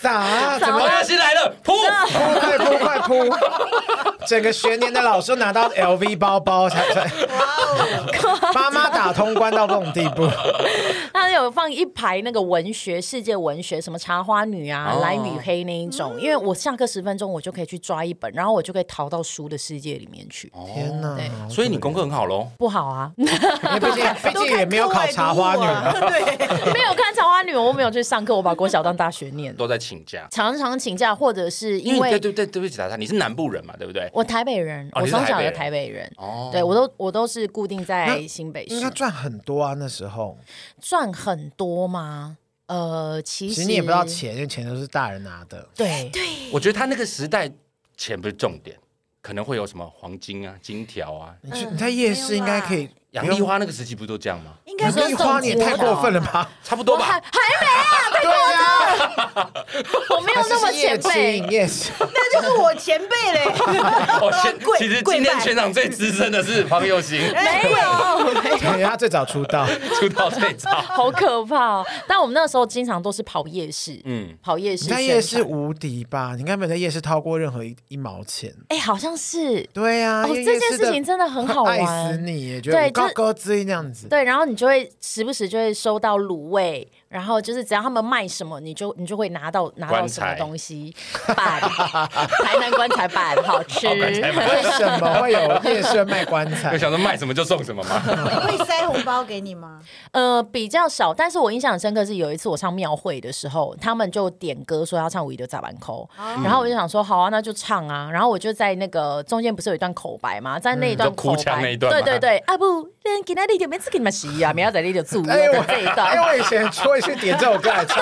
啥？怎好么我吧要是来了，噗！嗯哭？快哭！快哭！整个学年的老师拿到 LV 包包，才才哦妈妈打通关到这种地步， 他有放一排那个文学、世界文学，什么茶花女啊、哦蓝与黑那一种。因为我下课十分钟，我就可以去抓一本，然后我就可以逃到书的世界里面去。天哪！所以你功课很好喽。不好啊，你毕 竟毕竟也没有考茶花女啊，对，没有看茶花女，我没有去上课，我把国小当大学 念，都在请假，常常请假，或者是因因为为对对对对不起大家，你是南部人嘛，对不对？我台北人，哦我你是从小台北就人台北人。哦，对，我都我都是固定在那新北应该市，赚很多啊。那时候赚很多吗？呃，其其实实你也不知道，钱，因为钱都是大人拿的。对对，我觉得他那个时代钱不是重点，可能会有什么黄金啊、金条啊。嗯你去你在夜市应该可以，杨丽花那个时期不都这样 吗？应该杨说丽啊花你也太过分了吧？差不多我吧还还。没啊，对啊，我没有那么前辈，夜市那就是我前辈嘞。 哦，现跪其实今跪天拜全场最资深的是黄友行， 没有，哦没有对，他最早出道， 出道最 早。好可怕、哦！但我们那时候经常都是跑夜市，嗯，跑夜市宣你传，在夜市无敌吧？你应该没有在夜市掏过任何一一毛钱。哎、好像是对呀、啊，哦因为这夜件市事情真的很好玩爱死你耶，觉对得我就是高高之那样子。对，然后你就会时不时就会收到卤味，然后就是只要他们卖什么，你就你就会拿到拿到棺什么材东西 板，台南棺材板好吃，哦棺材板为什么会有夜市卖棺材就？想说卖什么就送什么 嘛。会塞红包给你吗？呃，比较少，但是我印象很深刻是有一次我上庙会的时候，他们就点歌说要唱《五一的咋板扣》，哦然后我就想说好啊，那就唱啊。然后我就在那个中间不是有一段口白嘛，在那一段嗯就口哭白，腔那一段对嘛对对，啊不，咱今天你就没吃给你们洗啊，明仔载你就住哎院我的这一哎段。我以前会去点这首歌来唱，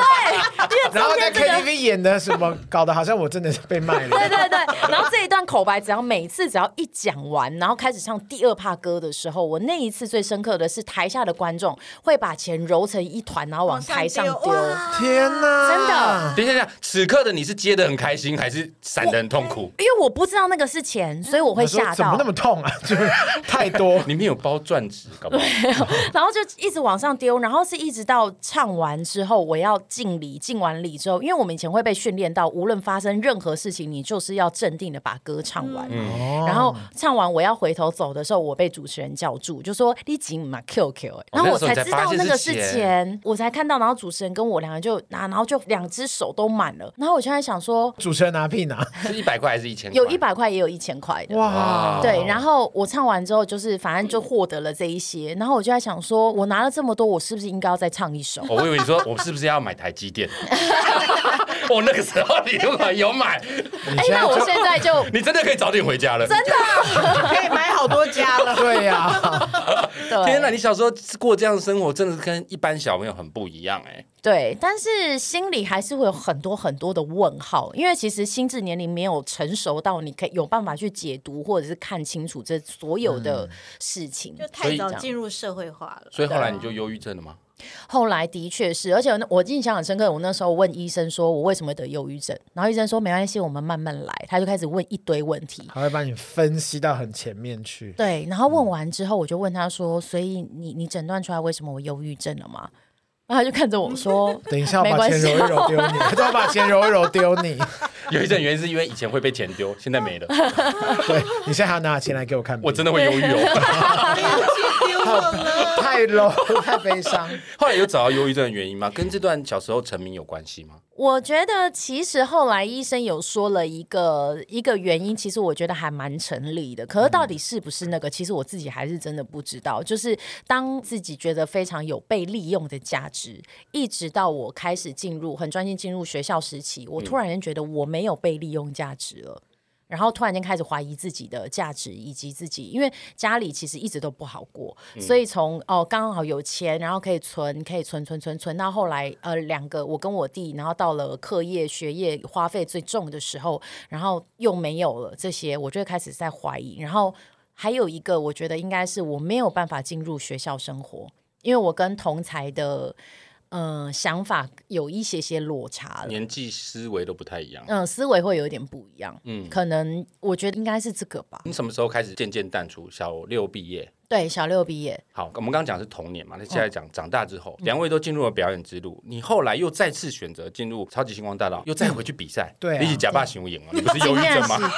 然后在 KTV 演的什么，搞得好像我真的是被卖对了。对对，然后这一段口白，只要每次只要一讲完，然后开始唱第二趴歌的时候，我那一次最深刻的是台下的观众会把钱揉成一团，然后往台上丢。哇天哪！真的等一下，等一下，此刻的你是接的很开心，还是闪的很痛 苦？。因为我不知道那个是钱，所以我会我说吓怎么到那，么痛啊？ 就是太多里面有包钻石，搞 不好。然后就一直往上丢，然后是一直到唱完之后，我要敬礼，敬完礼之后，因为我们以前会被训练到，无论发生任何事情，你就是要镇定的把歌唱完。 嗯然后唱完我要回头走的时候，我被主持人叫住，就说你紧嘛 QQ，欸然后我才知道那个是那时候你才发现是钱，我才看到，然后主持人跟我两个人就拿，然后就两只手都满了，然后我现在想说，主持人拿屁拿，是一百块还是一千？有一。百块也有一千块的，哇！哇对，然后我唱完之后，就是反正就获得了这一些，然后我就在想说，我拿了这么多，我是不是应该要再唱一首？哦我以为你说我是不是要买台 积电？ 我那个时候你如果有买，哎，那我现在就 你真的可以早点回家了。真的，可以买好多家了。对呀、天哪，对你小时候过这样的生活，真的是跟一般小朋友很不一样哎、对，但是心里还是会有很多很多的问号，因为其实心智年龄没有成熟到你可以有办法去解读或者是看清楚这所有的事情， 就所太以早进入社会化了。所以后来你啊就忧郁症了吗？后来的确是，而且我那我印象很深刻，我那时候问医生说我为什么会得忧郁症，然后医生说没关系，我们慢慢来，他就开始问一堆问题。他会把你分析到很前面去。 对，然后问完之后，我就问他说：“所以你你诊断出来为什么我忧郁症了吗？”然后他就看着我说 等一下，没我把关钱系揉一揉丢你，他要把钱揉一揉丢你。忧郁症原因是因为以前会被钱 丢，现在没了，对你现在还要拿钱来给我看病，我真的会忧郁哦。太 low，太悲伤。 后来有找到忧郁症的原因吗？跟这段小时候成名有关系吗？：“我觉得其实后来医生有说了一个一个原因，其实我觉得还蛮成立的。可是到底是不是那个，其实我自己还是真的不知道。就是当自己觉得非常有被利用的价值，一直到我开始进入很专心进入学校时期，我突然间觉得我没有被利用价值了。然后突然间开始怀疑自己的价值以及自己，因为家里其实一直都不好过，所以从哦刚好有钱，然后可以存，可以存存存存到后来呃两个我跟我弟，然后到了课业学业花费最重的时候，然后又没有了这些，我就会开始在怀疑。然后还有一个，我觉得应该是我没有办法进入学校生活，因为我跟同才的呃想法有一些些落差了。年纪思维都不太一样。嗯，思维会有一点不一样。嗯，可能我觉得应该是这个吧。你什么时候开始渐渐淡出？小六毕业。对，小六毕业，好，我们刚刚讲的是童年嘛，那现在讲长大之嗯后，两位都进入了表演之路。你后来又再次选择进入超级星光大道，又再回去比赛，对啊你一起假扮行赢啊，你不是忧郁嗯惊症讶吗？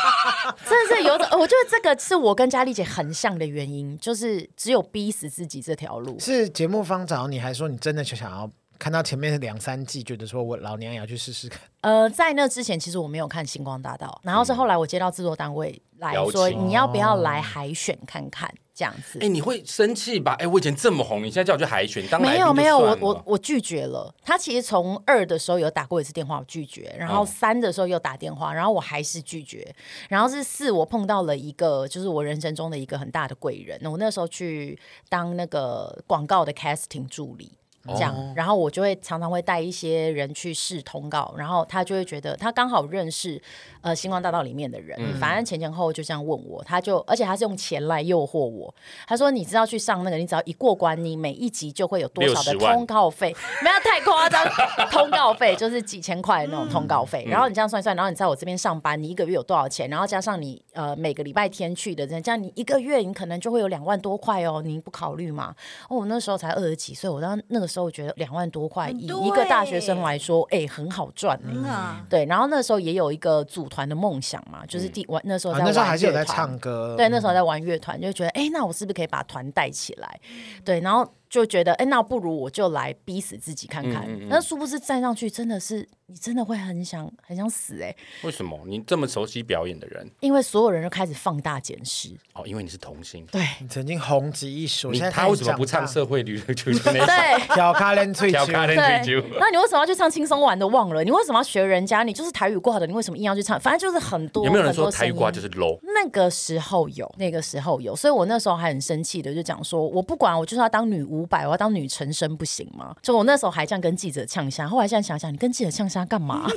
真的是有种，我觉得这个是我跟佳丽姐很像的原因，就是只有逼死自己这条路。是节目方找你，还说你真的就想要看到前面两三季，觉得说我老娘也要去试试看。呃，在那之前，其实我没有看《星光大道》，然后是后来我接到制作单位来邀说，请你要不要来海选看看这样子哎、。你会生气吧？哎、我以前这么红，你现在叫我去海选当来没宾就有没有，我算我了我拒绝了。他其实从二的时候有打过一次电话，我拒绝。然后嗯三的时候又打电话，然后我还是拒绝。然后是四，我碰到了一个就是我人生中的一个很大的贵人。我那时候去当那个广告的 casting 助理。这样，哦然后我就会常常会带一些人去试通告，然后他就会觉得他刚好认识呃星光大道里面的人，反正前前后后就这样问我，他就而且他是用钱来诱惑我，他说你知道去上那个，你只要一过关，你每一集就会有多少的60万通告费，没有太夸张，通告费就是几千块那种通告费，然后你这样算一算，然后你在我这边上班，你一个月有多少钱，然后加上你呃每个礼拜天去的，这样你一个月你可能就会有两万多块哦，你不考虑吗？哦，我那时候才二十几岁，我当那个时候我觉得两万多块以多一个大欸学生来说，哎、很好赚、欸。嗯啊，对，然后那时候也有一个组团的梦想嘛，就是第我、那时候啊在、，那时候还是有在在唱歌，对，那时候在玩乐团，就觉得哎、诶那我是不是可以把团带起来？对，然后就觉得哎、诶那不如我就来逼死自己看看。那殊不知站上去真的是，你真的会很想很想死哎、诶为什么你这么熟悉表演的人？因为所有人都开始放大检视。哦，因为你是童星。对你曾经红极一时，我你现在他为什么不唱社？社会驴的就是那一 首对。小卡连翠小秋，咖喱追对究，？那你为什么要去唱轻松玩的？忘了，你为什么要学人家？你就是台语挂的，你为什么硬要去唱？反正就是很多。有没有人很多说台语声瓜音就是 low？那个时候有，那个时候有，所以我那时候还很生气的，就讲说，我不管，我就是要当女五百，我要当女陈升，不行吗？就我那时候还这样跟记者呛虾，后来现在想想，你跟记者呛虾干嘛？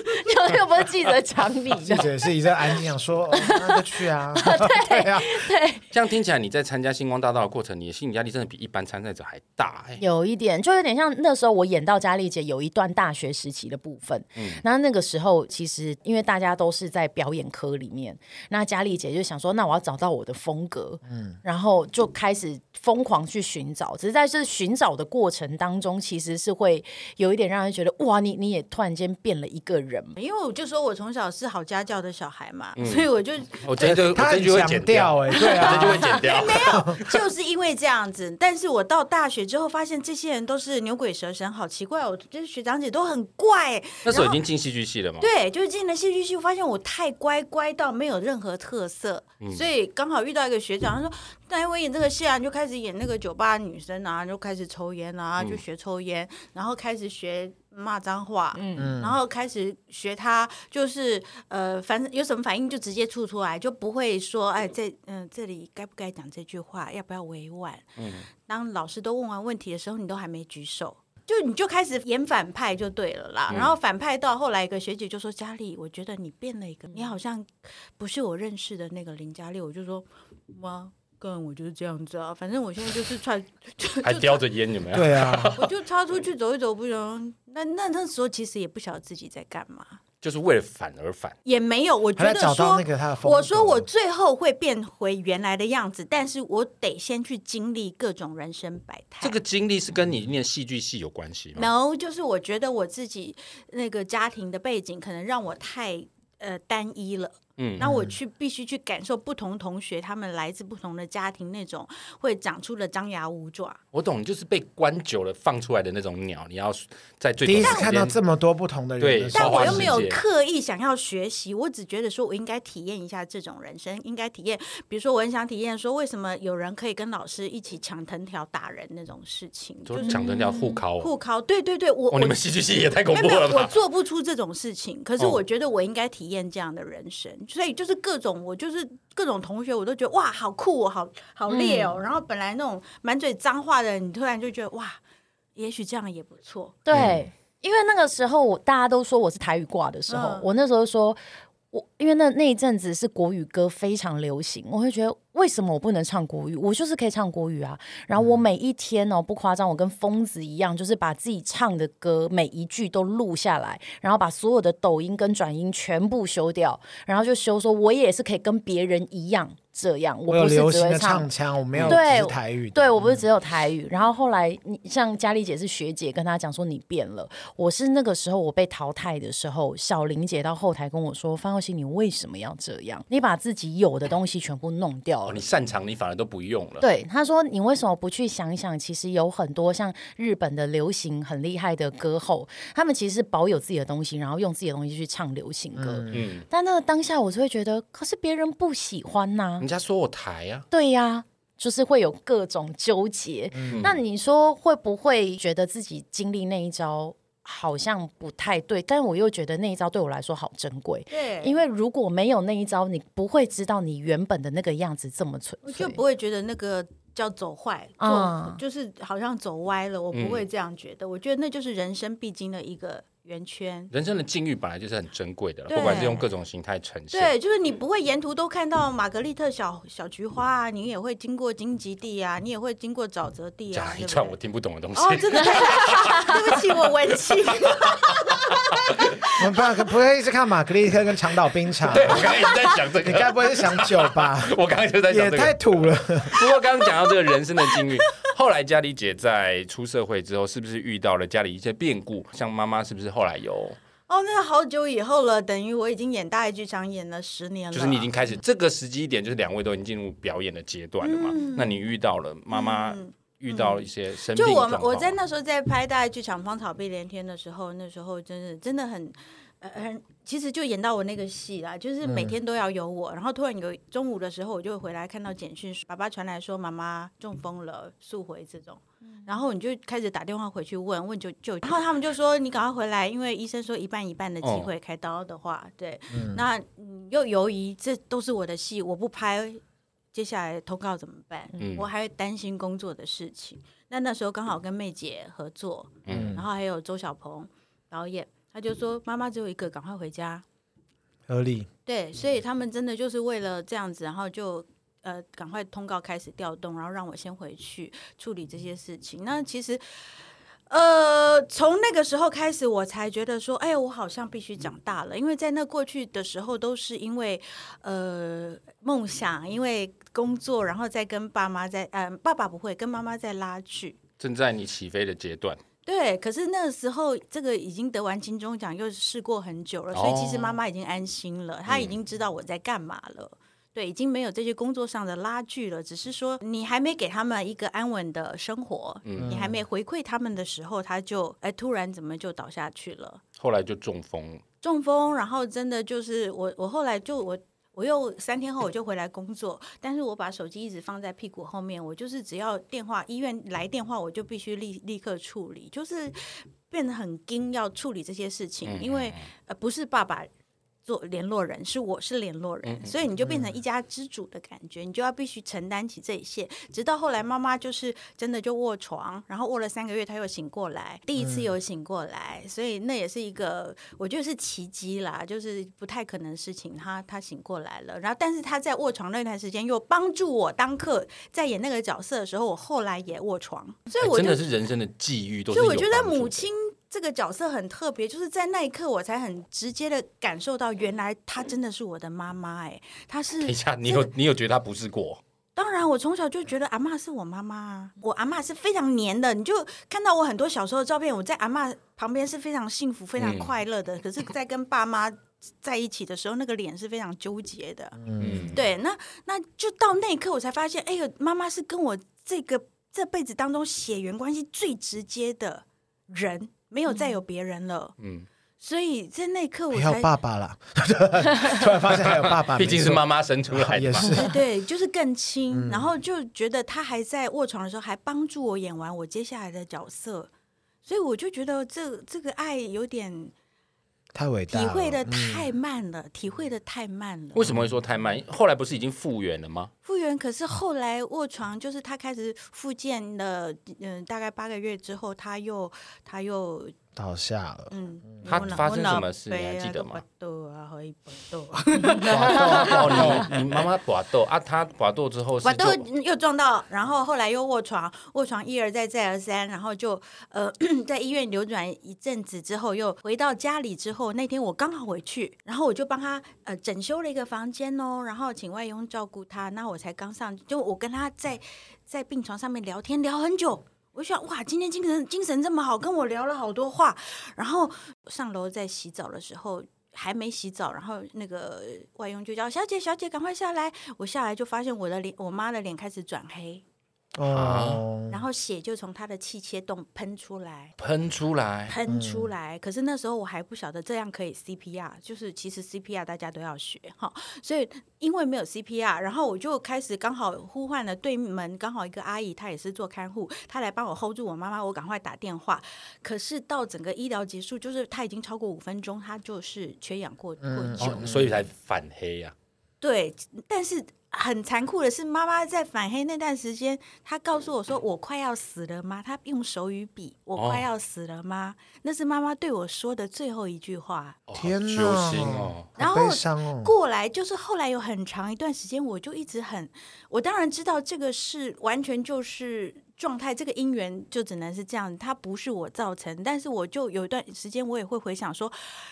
就又不是记者讲你记的，者是一阵安静，想说、哦、那就去啊，对啊，这样听起来，你在参加星光大道的过程，你的心理压力真的比一般参赛者还大哎、有一点，就有点像那时候我演到佳丽姐有一段大学时期的部分。那那个时候其实因为大家都是在表演科里面，那佳丽姐就想说，那我要找到我的风格，嗯，然后就开始疯狂去寻找。只是在这寻找的过程当中，其实是会有一点让人觉得，哇，你你也突然间变了一个人。因为我就说我从小是好家教的小孩嘛，所以我就我这个他我这很句会强剪调哎、对我这句啊，会剪掉。 就是因为这样子，但是我到大学之后发现这些人都是牛鬼蛇神，好奇怪哦！我这些学长姐都很怪、 那时候已然后经进戏剧系了嘛？对，就是进了戏剧系，我发现我太乖乖到没有任何特色，所以刚好遇到一个学长，他说：“那我演这个戏啊，你就嗯开始演那个酒吧女生啊，就开始抽烟啊，就学抽烟，然后开始学骂脏话，嗯，然后开始学他，就是呃，反正有什么反应就直接吐出来，就不会说哎，这嗯、这里该不该讲这句话，要不要委婉？嗯，当老师都问完问题的时候，你都还没举手。就你就开始演反派就对了嗯啦，然后反派到后来一个学姐就说：“佳丽，我觉得你变了一嗯个，你好像不是我认识的那个林佳丽。”我就说：“哇，干，我就是这样子啊，反正我现在 就是穿，就还就叼着烟，有没有？对啊，我就插出去走一走，不行。那那那时候其实也不晓得自己在干嘛，就是为了反而反。也没有。我觉还得在说，找到那个他的风格我说我最后会变回原来的样子，但是我得先去经历各种人生百态。这个经历是跟你念戏剧系有关系吗？ no，就是我觉得我自己那个家庭的背景可能让我太呃单一了。嗯那我去必须去感受不同同学他们来自不同的家庭那种会长出的张牙舞爪。我懂，就是被关久了放出来的那种鸟，你要在最第一次短时看到间这么多不同的人的时对但候，花我花又世没有界刻意想要学习，我只觉得说我应该体验一下这种人生，应该体验，比如说我很想体验说为什么有人可以跟老师一起抢藤条打人那种事情，就就是是讲的叫互考哦。互考。对对对，我、哦，我你们戏剧系也太恐没怖有没有了我吧！做不出这种事情，可是哦我觉得我应该体验这样的人生，所以就是各种我就是各种同学我都觉得哇好酷哦，好好烈嗯哦。然后本来那种满嘴脏话的人，你突然就觉得哇，也许这样也不错。对，嗯因为那个时候我大家都说我是台语挂的时候，嗯我那时候说。我因为那那一阵子是国语歌非常流行，我会觉得为什么我不能唱国语？我就是可以唱国语啊！然后我嗯每一天哦，不夸张，我跟疯子一样，就是把自己唱的歌每一句都录下来，然后把所有的抖音跟转音全部修掉，然后就修说我也是可以跟别人一样这样，我我有不是流只行会的唱唱腔，我没有只对是台语的。对我嗯不是只有台语，然后后来你像佳丽姐是学姐，跟她讲说你变了。我是那个时候我被淘汰的时候，小玲姐到后台跟我说：“方浩鑫，你为什么要这样？你把自己有的东西全部弄掉哦，了。你擅长你反而都不用了。对，她说你为什么不去想一想？其实有很多像日本的流行很厉害的歌后，他们其实是保有自己的东西，然后用自己的东西去唱流行歌。嗯，但那个当下，我就会觉得，可是别人不喜欢呐、人家说我抬啊，对呀、就是会有各种纠结。那你说会不会觉得自己经历那一招好像不太对？但我又觉得那一招对我来说好珍贵，对因为如果没有那一招，你不会知道你原本的那个样子这么纯我粹就。不会觉得那个叫走坏，做、嗯就是好像走歪了，我不嗯会这样觉得。我觉得那就是人生必经的一个圆圈。人生的境遇本来就是很珍贵的了，对不管是用嗯各种形态呈现。对，就是你不会沿途都看到玛格丽特小小菊花啊，你也会经过荆棘地啊，你也会经过沼泽地啊讲，一对不串我对？听不懂的东西，哦，真的太 难看了，对不起，我文青。 我们不然不会一直看玛格丽特跟长岛冰茶， 对我刚才一直在想这你该个，不会是想酒吧？ 我刚才就在想也这太个。土了。不过刚刚讲到这个人生的境遇， 后来佳丽姐在出社会之后，是不是遇到了家里一些变故？像妈妈是不是后来有，哦，那个好久以后了，等于我已经演大爱剧场演了十年了。就是你已经开始这个时机点，就是两位都已经进入表演的阶段了嘛？那你遇到了妈妈遇到一些生病嗯就的我状们况吗，我在那时候在拍《大爱剧场》《芳草碧连天》的时候，那时候真的真的很。呃，很其实就演到我那个戏啦，就是每嗯天都要有我。然后突然有中午的时候，我就回来看到简讯，爸爸传来说妈妈中风了，速回这种。然后你就开始打电话回去问问就就，然后他们就说你赶快回来，因为医生说一半一半的机哦会开刀的话，对，嗯那你又犹疑，这都是我的戏，我不拍，接下来通告怎么办？嗯我还会担心工作的事情。那那时候刚好跟妹姐合作，嗯然后还有周小鹏导演，他就说妈妈只有一个，赶快回家。合理，对，所以他们真的就是为了这样子，然后就呃赶快通告开始调动，然后让我先回去处理这些事情。那其实。呃，从那个时候开始，我才觉得说，哎，我好像必须长大了，因为在那过去的时候，都是因为呃梦想，因为工作，然后再跟爸妈在，呃，爸爸不会跟妈妈在拉锯，正在你起飞的阶段，对，可是那个时候，这个已经得完金钟奖，又试过很久了，所以其实哦妈妈已经安心了，她已经知道我在干嘛了。对，已经没有这些工作上的拉锯了，只是说你还没给他们一个安稳的生活，你还没回馈他们的时候，他就哎突然怎么就倒下去了。后来就中风，中风，然后真的就是我，我后来就我。我又三天后我就回来工作，但是我把手机一直放在屁股后面，我就是只要电话医院来电话，我就必须立立刻处理，就是变得很精要处理这些事情，嗯因为呃不是爸爸。做联络人是我是联络嗯人，所以你就变成一家之主的感觉，你就要必须承担起这一切。直到后来妈妈就是真的就卧床，然后卧了三个月，她又醒过来，第一次有醒过嗯来，所以那也是一个我觉得是奇迹啦，就是不太可能的事情。她她醒过来了，然后但是她在卧床那段时间又帮助我当客，在演那个角色的时候，我后来也卧床，所以我哎真就的是人生的际遇都是所有以帮我助觉的。得母亲这个角色很特别，就是在那一刻我才很直接的感受到，原来她真的是我的妈妈、哎，她是等一下，你有你有觉得他不是过？当然，我从小就觉得阿嬷是我妈妈啊，我阿嬷是非常黏的。你就看到我很多小时候的照片，我在阿嬷旁边是非常幸福、嗯非常快乐的。可是，在跟爸妈在一起的时候，那个脸是非常纠结的。嗯，对，那那就到那一刻，我才发现，哎呦，妈妈是跟我这个这辈子当中血缘关系最直接的人，没有再有别人了。嗯嗯，所以在那一刻我还有才。爸爸啦， 突然发现还有爸爸， 毕竟是啊没错啊妈妈生出来的也嘛。是对对，就是更嗯亲，然后就觉得他还在卧床的时候，还帮助我演完我接下来的角色，所以我就觉得这这个爱有点太伟大体了，嗯会的太慢了，体会的太慢了。为什么会说太慢？后来不是已经复原了 吗？复原？可是后来卧床，就是他开始复健了，嗯、大概八个月之后，他又他又倒下了。嗯，他我哪发生我哪什么事你还杯啊记得都吗不斗啊和一不斗啊哦，你你妈妈拔豆啊，她拔豆之后是我都就又撞到，然后后来又卧床，卧床一而再再而三，然后就呃 在医院流转一阵子之后，又回到家里之后，那天我刚好回去，然后我就帮他呃整修了一个房间哦，然后请外佣照顾他，那我才刚上，就我跟他在在病床上面聊天聊很久。我就想哇，今天精神精神这么好，跟我聊了好多话。然后上楼在洗澡的时候还没洗澡，然后那个外佣就叫小姐小姐赶快下来。我下来就发现我的脸，我妈的脸开始转黑，哦，啊然后血就从她的气切洞喷出来。喷出来，喷出来，可是那时候我还不晓得这样可以 CPR，就是其实 CPR 大家都要学哈，所以因为没有 CPR，然后我就开始刚好呼唤了对门刚好一个阿姨，她也是做看护，她来帮我 hold 住我妈妈，我赶快打电话。可是到整个医疗结束，就是她已经超过五分钟，她就是缺氧过过久，哦所以才反黑啊呀、对，但是很残酷的是，妈妈在反黑那段时间，她告诉我说：“我快要死了吗？”她用手语比：“我快要死了吗？”那是妈妈对我说的最后一句话。哦天好哪揪心哦！然好后悲伤哦，过来就是后来有很长一段时间，我就一直很，我当然知道这个是完全就是状态，这个因缘就只能是这样，它不是我造成。但是我就有一段时间，我也会回想说，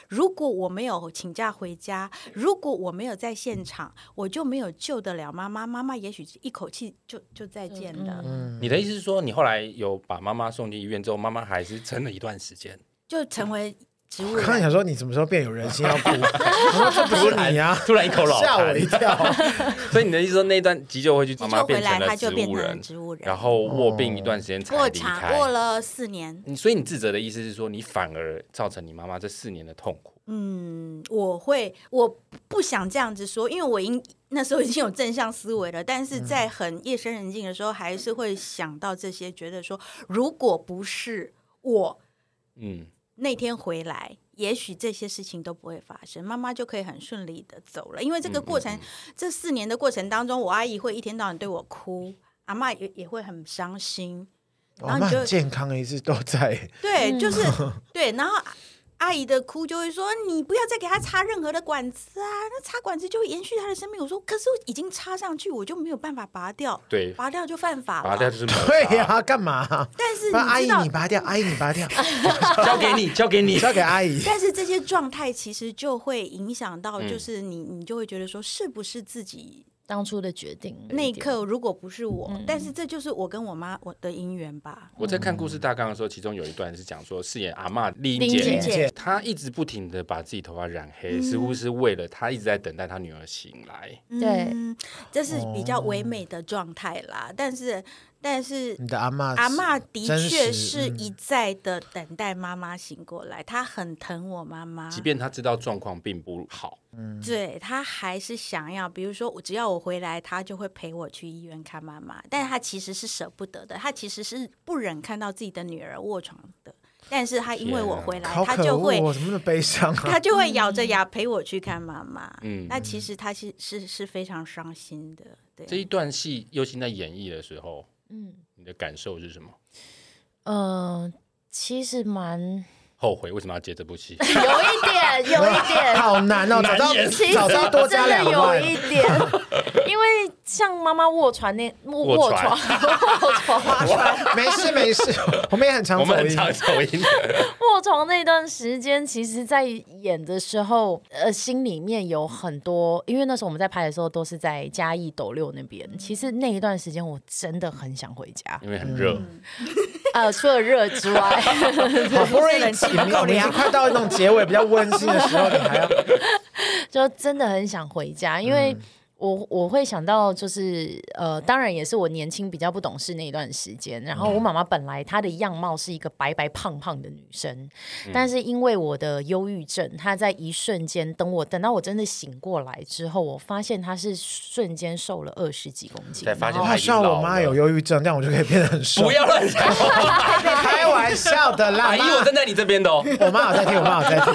如果我没有请假回家，如果我没有在现场，我就没有救得了妈妈，妈妈也许一口气就就再见了。嗯你的意思是说，你后来有把妈妈送进医院之后，妈妈还是撑了一段时间？就成为植物我刚才人。想说你什么时候变有人心要 哭，我说这不是你 啊，突然一口老吓我一痰， 跳。所以你的意思说那一段急救回去，妈妈急救变回成来，了他植就变物成了人，植物人，然后卧哦病一段时间才卧离长卧开。了四年。你所以你自责的意思是说，你反而造成你妈妈这四年的痛苦。嗯，我会，我不想这样子说，因为我应那时候已经有正向思维了，但是在很夜深人静的时候，还是会想到这些，觉得说，如果不是我嗯，那天回来，也许这些事情都不会发生，妈妈就可以很顺利的走了。因为这个过程，这四年的过程当中，我阿姨会一天到晚对我哭，阿嬷也也会很伤心，我然后妈你就很哦健康，一直都 在。对，嗯就是 对，然后阿。阿姨的哭就会说：“你不要再给她插任何的管子啊，那插管子就会延续她的生命。”我说：“可是我已经插上去，我就没有办法拔掉，对，拔掉就犯法拔了。掉就是谋杀对呀， 干嘛？但是不然阿你知姨道你，拔掉，阿姨你拔 掉， 交给你，交给 你，交给阿姨。但是这些状态其实就会影响到，就是你，你就会觉得说，是不是自己当初的决定那一刻如果不是我，但是这就是我跟我妈我的姻缘吧。我在看故事大纲的时候，其中有一段是讲说饰演阿嬷丽英丽英姐，姐姐她一直不停的把自己头发染嗯黑，似乎是为了她一直在等待她女儿醒来。对嗯，这是比较哦唯美的状态啦。但是，但是你的阿妈，阿嬷的真确实是一再的等待妈妈醒过来，她很疼我妈妈，即便她知道状况并不好，嗯对她还是想要，比如说我只要我回来，她就会陪我去医院看妈妈，但她其实是舍不得的，她其实是不忍看到自己的女儿卧床的。但是他因为我回来，好他可就恶会哦，怎么那么悲伤啊？他就会咬着牙陪我去看妈妈。嗯嗯，那其实他是是是非常伤心的。这一对，段戏，尤其在演绎的时候，嗯你的感受是什么？呃，其实 蛮后悔为什么要接这部 戏？有一点，有一点，啊 好难 哦，找到其实找到多加真两的有万，一点，因为像妈妈卧床那卧卧卧床 卧床没事没事， 我们也很常我走们很音，常走音的，卧床那段时间，其实在演的时候，呃，心里面有很多，因为那时候我们在拍的时候都是在嘉义斗六那边，其实那一段时间我真的很想回 家，因为很热。呃，除了热之外，好不容易冷气不你够们已经凉快到那种结尾比较温馨的时候，你还 要就真的很想回家，因嗯为我我会想到就是呃，当然也是我年轻比较不懂事那一段时间。然嗯后我妈妈本来她的样貌是一个白白胖胖的女生，但嗯是因为我的忧郁症，她在一瞬间，等我等到我真的醒过来之后，我发现她是瞬间瘦了二十几公斤才。发现我他好已经像老我妈哦有用，忧郁症，这样我就可以变得很瘦 不。要乱讲 话，开玩笑的啦，阿姨，我妈站在你这边的 哦。我妈有在听，我妈有在听，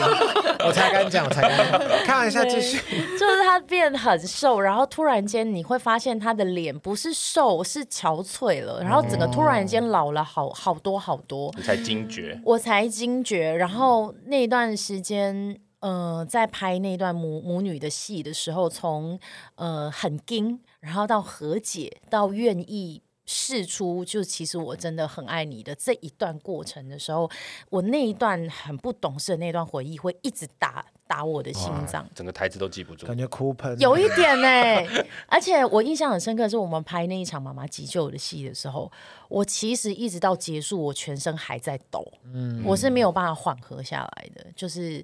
我才敢讲，我才敢讲，开玩笑，继续。就是她变很瘦，然后突然间你会发现她的脸不是瘦，是憔悴了，然后整个突哦然间老了好好多好多。你才惊觉，我才惊觉。然后那段时间，呃，在拍那段母母女的戏的时候，从呃很惊，然后到和解，到愿意。试出就其实我真的很爱你的这一段过程的时候，我那一段很不懂事的那段回忆会一直打打我的心脏，整个台词都记不住感。觉哭喷，有一点呢、而且我印象很深刻，是我们拍那一场妈妈急救的戏的时候，我其实一直到结束，我全身还在抖，我是没有办法缓和下来的，就是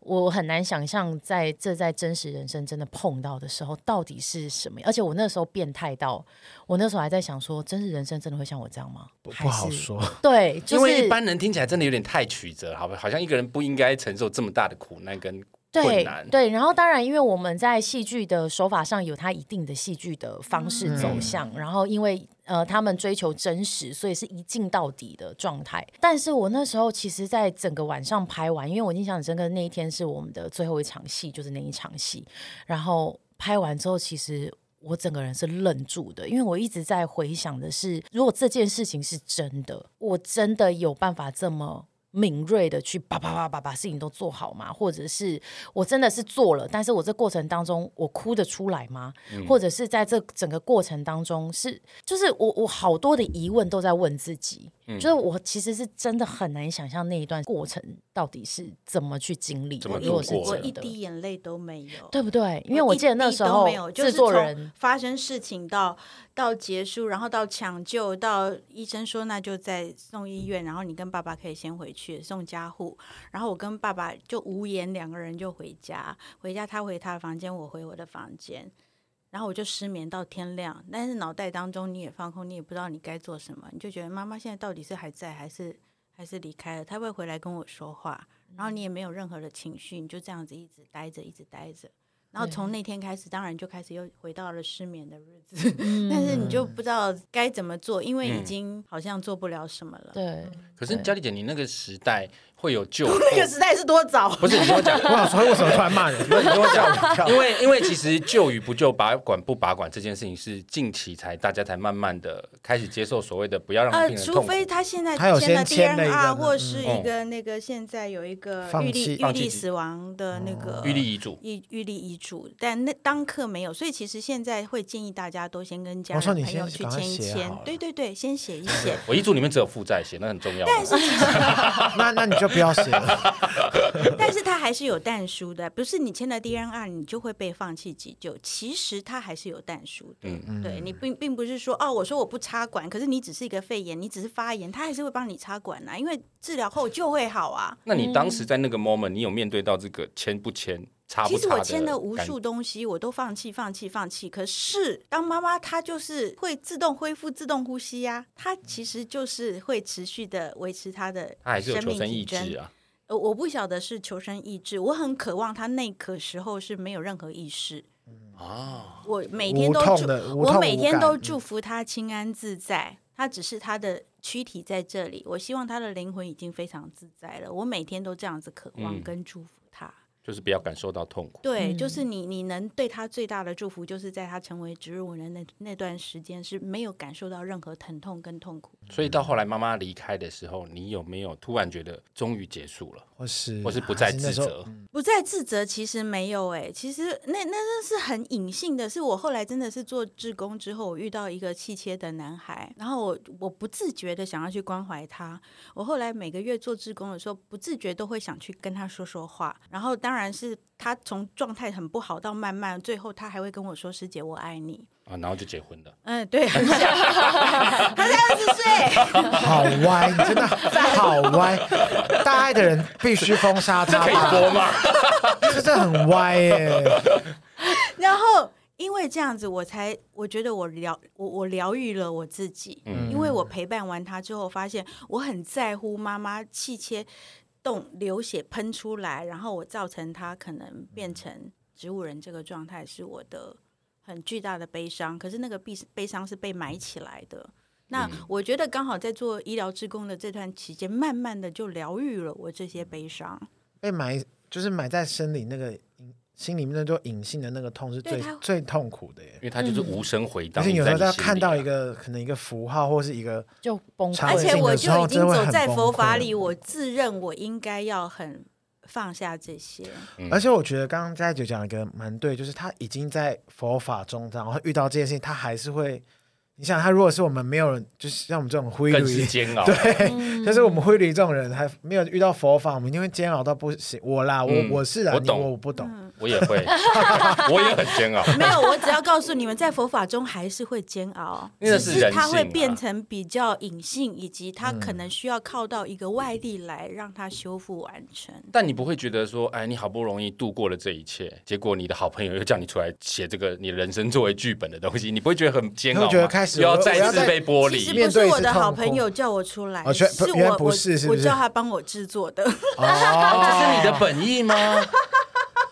我很难想象在这在真实人生真的碰到的时候到底是什么样，而且我那时候变态到，我那时候还在想说，真实人生真的会像我这样吗？不还不是好。说。对，就因为是一般人听起来真的有点太曲折，好吧？好像一个人不应该承受这么大的苦难跟困对难。对，然后当然，因为我们在戏剧的手法上有它一定的戏剧的方式嗯走向，然后因为呃他们追求真实，所以是一镜到底的状态。但是我那时候其实，在整个晚上拍完，因为我印象很深刻，那一天是我们的最后一场戏，就是那一场戏。然后拍完之后，其实我整个人是愣住的，因为我一直在回想的是，如果这件事情是真的，我真的有办法这么。敏锐的去叭叭叭叭把事情都做好吗？或者是我真的是做了，但是我这过程当中我哭得出来吗？嗯或者是在这整个过程当中是就是我我好多的疑问都在问自己，嗯就是我其实是真的很难想象那一段过程到底是怎么去经历怎么的。如果度是过我真的一的滴眼泪都没有。对不对？因为我一记得那滴时都候没有，就是制作从人发生事情到到结束，然后到抢救，到医生说那就再送医院，然后你跟爸爸可以先回去送家护，然后我跟爸爸就无言，两个人就回家，回家他回他的房间，我回我的房间。然后我就失眠到天亮，但是脑袋当中你也放空，你也不知道你该做什么，你就觉得妈妈现在到底是还在还是还是离开了，她会回来跟我说话，嗯然后你也没有任何的情绪，你就这样子一直待着，一直待着。然后从那天开始，当然就开始又回到了失眠的日子，嗯但是你就不知道该怎么做，因为嗯已经好像做不了什么了。对可是佳丽姐，你那个时代会有 救那个时代是多早？不是你听我 讲，我想哦说，为什么突然骂 人？不是你听我讲，因为因为其实救与不救、拔管不拔管这件事情是近期才大家才慢慢的开始接受所谓的不要让呃，病人除痛苦。非他现在他有签先了签了一个 DNR，嗯或是一个那个现在有一个放预弃哦立预放弃立机死亡的那个预立遗嘱，预预立遗嘱，但那当刻没有，所以其实现在会建议大家都先跟家我人哦说你朋友先去赶快签一写签好了，对对对，先写 一写。我遗嘱里面只有负债写，那很重要。那那你就不要写 了。但是它还是有淡书的，不是你签了 DNR 你就会被放弃急救，其实它还是有淡书的。嗯对你并并不是说哦，我说我不插管，可是你只是一个肺炎，你只是发炎，它还是会帮你插管啊，因为治疗后就会好啊。那你当时在那个 moment，你有面对到这个签不签、差不差其实的我感？签了无数东西，我都放弃、放弃、放弃。可是当妈妈，她就是会自动恢复、自动呼吸呀、她其实就是会持续的维持她的他还是有生求命生体意征志。啊。呃，我不晓得是求生意志，我很渴望她那个时候是没有任何意识。啊，我每天无都痛祝的无我痛每无天感都嗯祝福她清安自在。他只是他的躯体在这里，我希望他的灵魂已经非常自在了。我每天都这样子渴望嗯跟祝福他。就是不要感受到痛苦。对，就是你，你能对他最大的祝福，就是在他成为植入人的那那段时间是没有感受到任何疼痛跟痛苦。所以到后来妈妈离开的时候，你有没有突然觉得终于结束了，或是或是不再嗯还那自时候嗯责？不再自责，其实没有哎、其实那那那是很隐性的，是我后来真的是做志工之后，我遇到一个气切的男孩，然后我我不自觉的想要去关怀他，我后来每个月做志工的时候，不自觉都会想去跟他说说话，然后当然是他从状态很不好到慢慢，最后他还会跟我说师姐我爱你，啊，然后就结婚了。嗯，对， 很像，他才二十岁，好歪，你真的好歪！大爱的人必须封杀他吧，吗？这真的很歪耶。然后。因为这样子，我才我觉得我疗我我疗愈了我自己，嗯因为我陪伴完他之后，发现我很在乎妈妈气切动流血喷出来，然后我造成他可能变成植物人这个状态，是我的很巨大的悲伤。可是那个悲悲伤是被埋起来的。那我觉得刚好在做医疗志工的这段期间，慢慢的就疗愈了我这些悲伤。被埋就是埋在身里那个隐心里面那种隐性的那个痛是最对它最痛苦的耶因。为他就是无声回荡。而且有时候在他你心里啊看到一，个可能一个符号或是一个，就崩长而安溃。且静我的时就候真已经的会走很在崩佛法溃里，我自认我应该要很放下 这些。嗯而且我觉得刚刚佳姐讲了一个蛮对，就是他已经在佛法中，然后遇到这件事情，他还是会。你想，他如果是我们没有人，就是像我们这种灰驴更，是煎熬。嗯对，就是我们灰驴这种人，还没有遇到佛法，我们一定会煎熬到不行。我啦，我嗯我是啦，我你懂我不懂，我也会， 我也很煎熬。没有，我只要告诉你们，在佛法中还是会煎熬，因为只那是人性啊它会变成比较隐性，以及它可嗯能需要靠到一个外力来让它修复完成。但你不会觉得说，哎，你好不容易度过了这一切，结果你的好朋友又叫你出来写这个你人生作为剧本的东西，你不会觉得很煎熬吗？我觉得开始又要我再我要次再被剥其离。实不面对是是我的痛好苦朋友叫我出来，哦全不原来我不是是我不我是叫他帮我制作的。这哦，是你哎的本意 吗？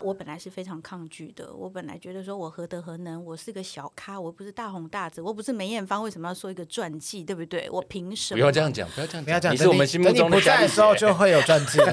我本来是非常抗拒的，我本来觉得说我何德何能，我是个小咖，我不是大红大紫，我不是梅艳芳，为什么要说一个传记，对不对？我凭什不么？要这样讲，不要这样不要讲，你是等我们心目等中你的不在佳的姐时候就会有传 记了，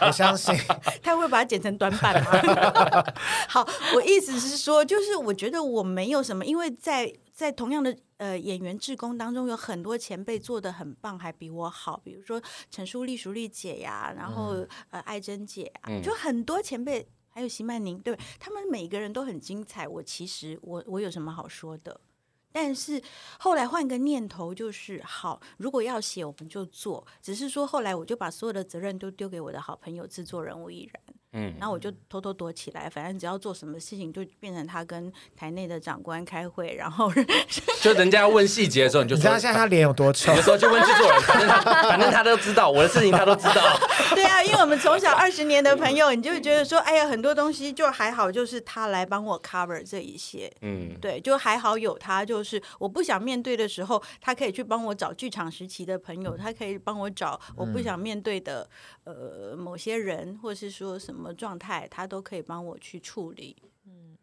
我相信。他会把它剪成短版吗？ 好，我意思是说，就是我觉得我没有什么，因为在在同样的呃演员志工当中，有很多前辈做的很棒，还比我好，比如说陈淑丽、淑丽姐呀，然后、呃艾珍姐啊，就很多前辈。还有席曼宁，对他们每个人都很精彩。我其实我我有什么好说的？但是后来换个念头，就是好，如果要写，我们就做。只是说后来我就把所有的责任都丢给我的好朋友制作人吴亦然，嗯，然后我就偷偷躲起来，反正只要做什么事情，就变成他跟台内的长官开会，然后 就人家要问细节的时候，你就你知说道现在他脸有多臭 有？时候就问制作人，反正他反正他都知道我的事情，他都知道。对啊，因为我们从小二十年的朋友，你就会觉得说，哎呀，很多东西就还好，就是他来帮我 cover 这一些，嗯，对，就还好有他，就是我不想面对的时候，他可以去帮我找剧场时期的朋友，他可以帮我找我不嗯想面对的、呃某些人，或是说什么状态，他都可以帮我去处理。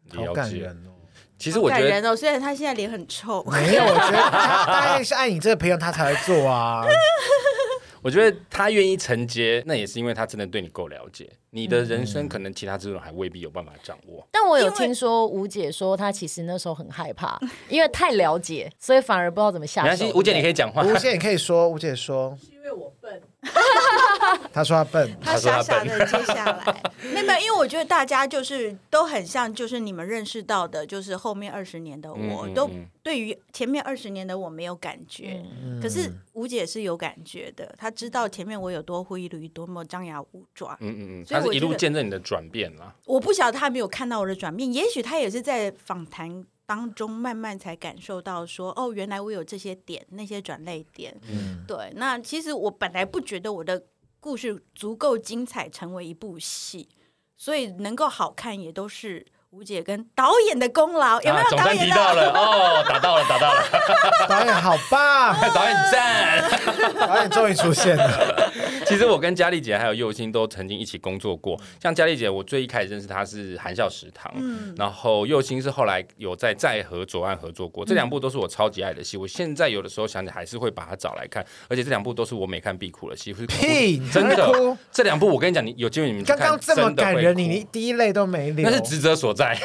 好感人。哦！其实我觉感得人哦，虽然他现在脸 很臭，没有，我觉得他大概是爱你这个朋友，他才会做 啊。我觉得他愿意承接，那也是因为他真的对你够了解。你的人生可能其他这种还未必有办法掌握。嗯但我有因为听说吴姐说，她其实那时候很害怕，因为太了解，所以反而不知道怎么没下关手系，。吴姐你可以，以讲话。吴姐，你可以说，吴姐说，是因为我笨。 他说他笨，他傻傻的接 下来，没有没有，因为我觉得大家就是都很像，就是你们认识到的，就是后面二十年的我，嗯嗯都嗯对于前面二十年的我没有感觉，嗯可是嗯吴姐是有感觉的，她知道前面我有多灰驴，多么张牙舞爪。嗯嗯嗯，所以他我是觉得一路见证你的转变啦。我不晓得她有没有看到我的转变，也许她也是在访谈当中慢慢才感受到说，哦，原来我有这些点，那些转泪点。嗯，对，那其实我本来不觉得我的故事足够精彩，成为一部戏，所以能够好看也都是吴姐跟导演的功劳，有没啊，有总导算演提的？到 了哦，打到了，打到了，哦导演好棒， 导演赞。导演终于出现了。其其实我跟佳丽姐还有佑心都曾经一起工作过。嗯像佳丽姐，我最一开始认识她是含笑食堂，嗯然后佑心是后来有在在和左岸合作过。嗯这两部都是我超级爱的戏，我现在有的时候想起还是会把它找来看。而且这两部都是我没看必哭的戏，是哭屁真你在的哭。这两部我跟你讲，你有机会你们去刚看刚这么真的会感人，哭你你第一泪都没流，那是职责所在。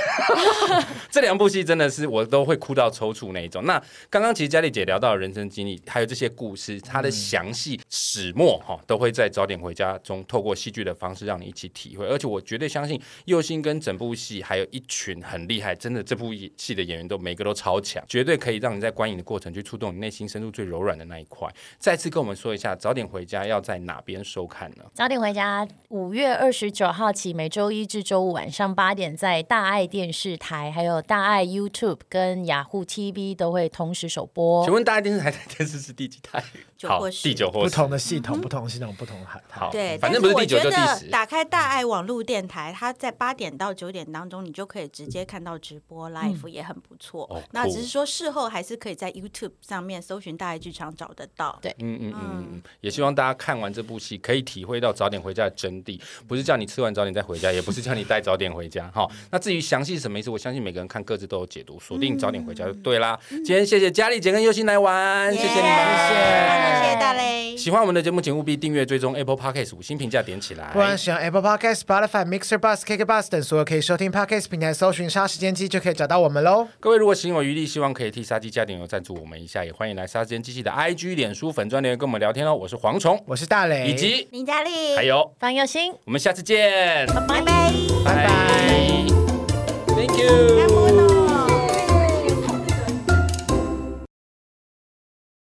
这两部戏真的是我都会哭到抽搐那一种。那刚刚其实佳丽姐聊到的人生经历，还有这些故事，它的详细始末哈、都会在《早点回家》中透过戏剧的方式让你一起体会。而且我绝对相信佑星跟整部戏还有一群很厉害，真的这部戏的演员都每个都超强，绝对可以让你在观影的过程去触动你内心深处最柔软的那一块。再次跟我们说一下，《早点回家》要在哪边收看呢？早点回家，五月二十九号起，每周一至周五晚上八点，在大爱电视台、还有大爱 YouTube 跟雅虎 TV 都会同时首播请。问大家电视台台电视是第几台？九好或，十第九或不十同的系统，不同的系统，不同的海好，嗯对，反正不是但第九我就觉第得十。打开大爱网络电台，它在八点到九点当中，你就可以直接看到直播 live，也很不错。哦那酷只是说事后还是可以在 YouTube 上面搜寻大爱剧场找得到。对嗯嗯嗯嗯嗯，也希望大家看完这部戏可以体会到早点回家的真谛，不是叫你吃完早点再回家，也不是叫你带早点回家哈。那至于详细是什么意思，我相信每个人看各自都有解读，锁定早点回家就对啦。今天谢谢佳丽姐跟佑欣来玩，谢谢你们。谢谢大雷。喜欢我们的节目，请务必订阅、追踪 Apple Podcast 五星评价点起来不。然使用 Apple Podcast、Spotify、Mixer、Bus、KK Bus 等所有可以收听 Podcast 平台，搜寻“杀时间机”就可以找到我们喽。各位如果行有余力，希望可以替杀鸡加点油赞助我们一下，也欢迎来杀时间机器的 IG、脸书粉专留言跟我们聊天哦。我是蝗虫，我是大雷，以及林嘉丽，还有，方佑欣，我们下次见。拜拜。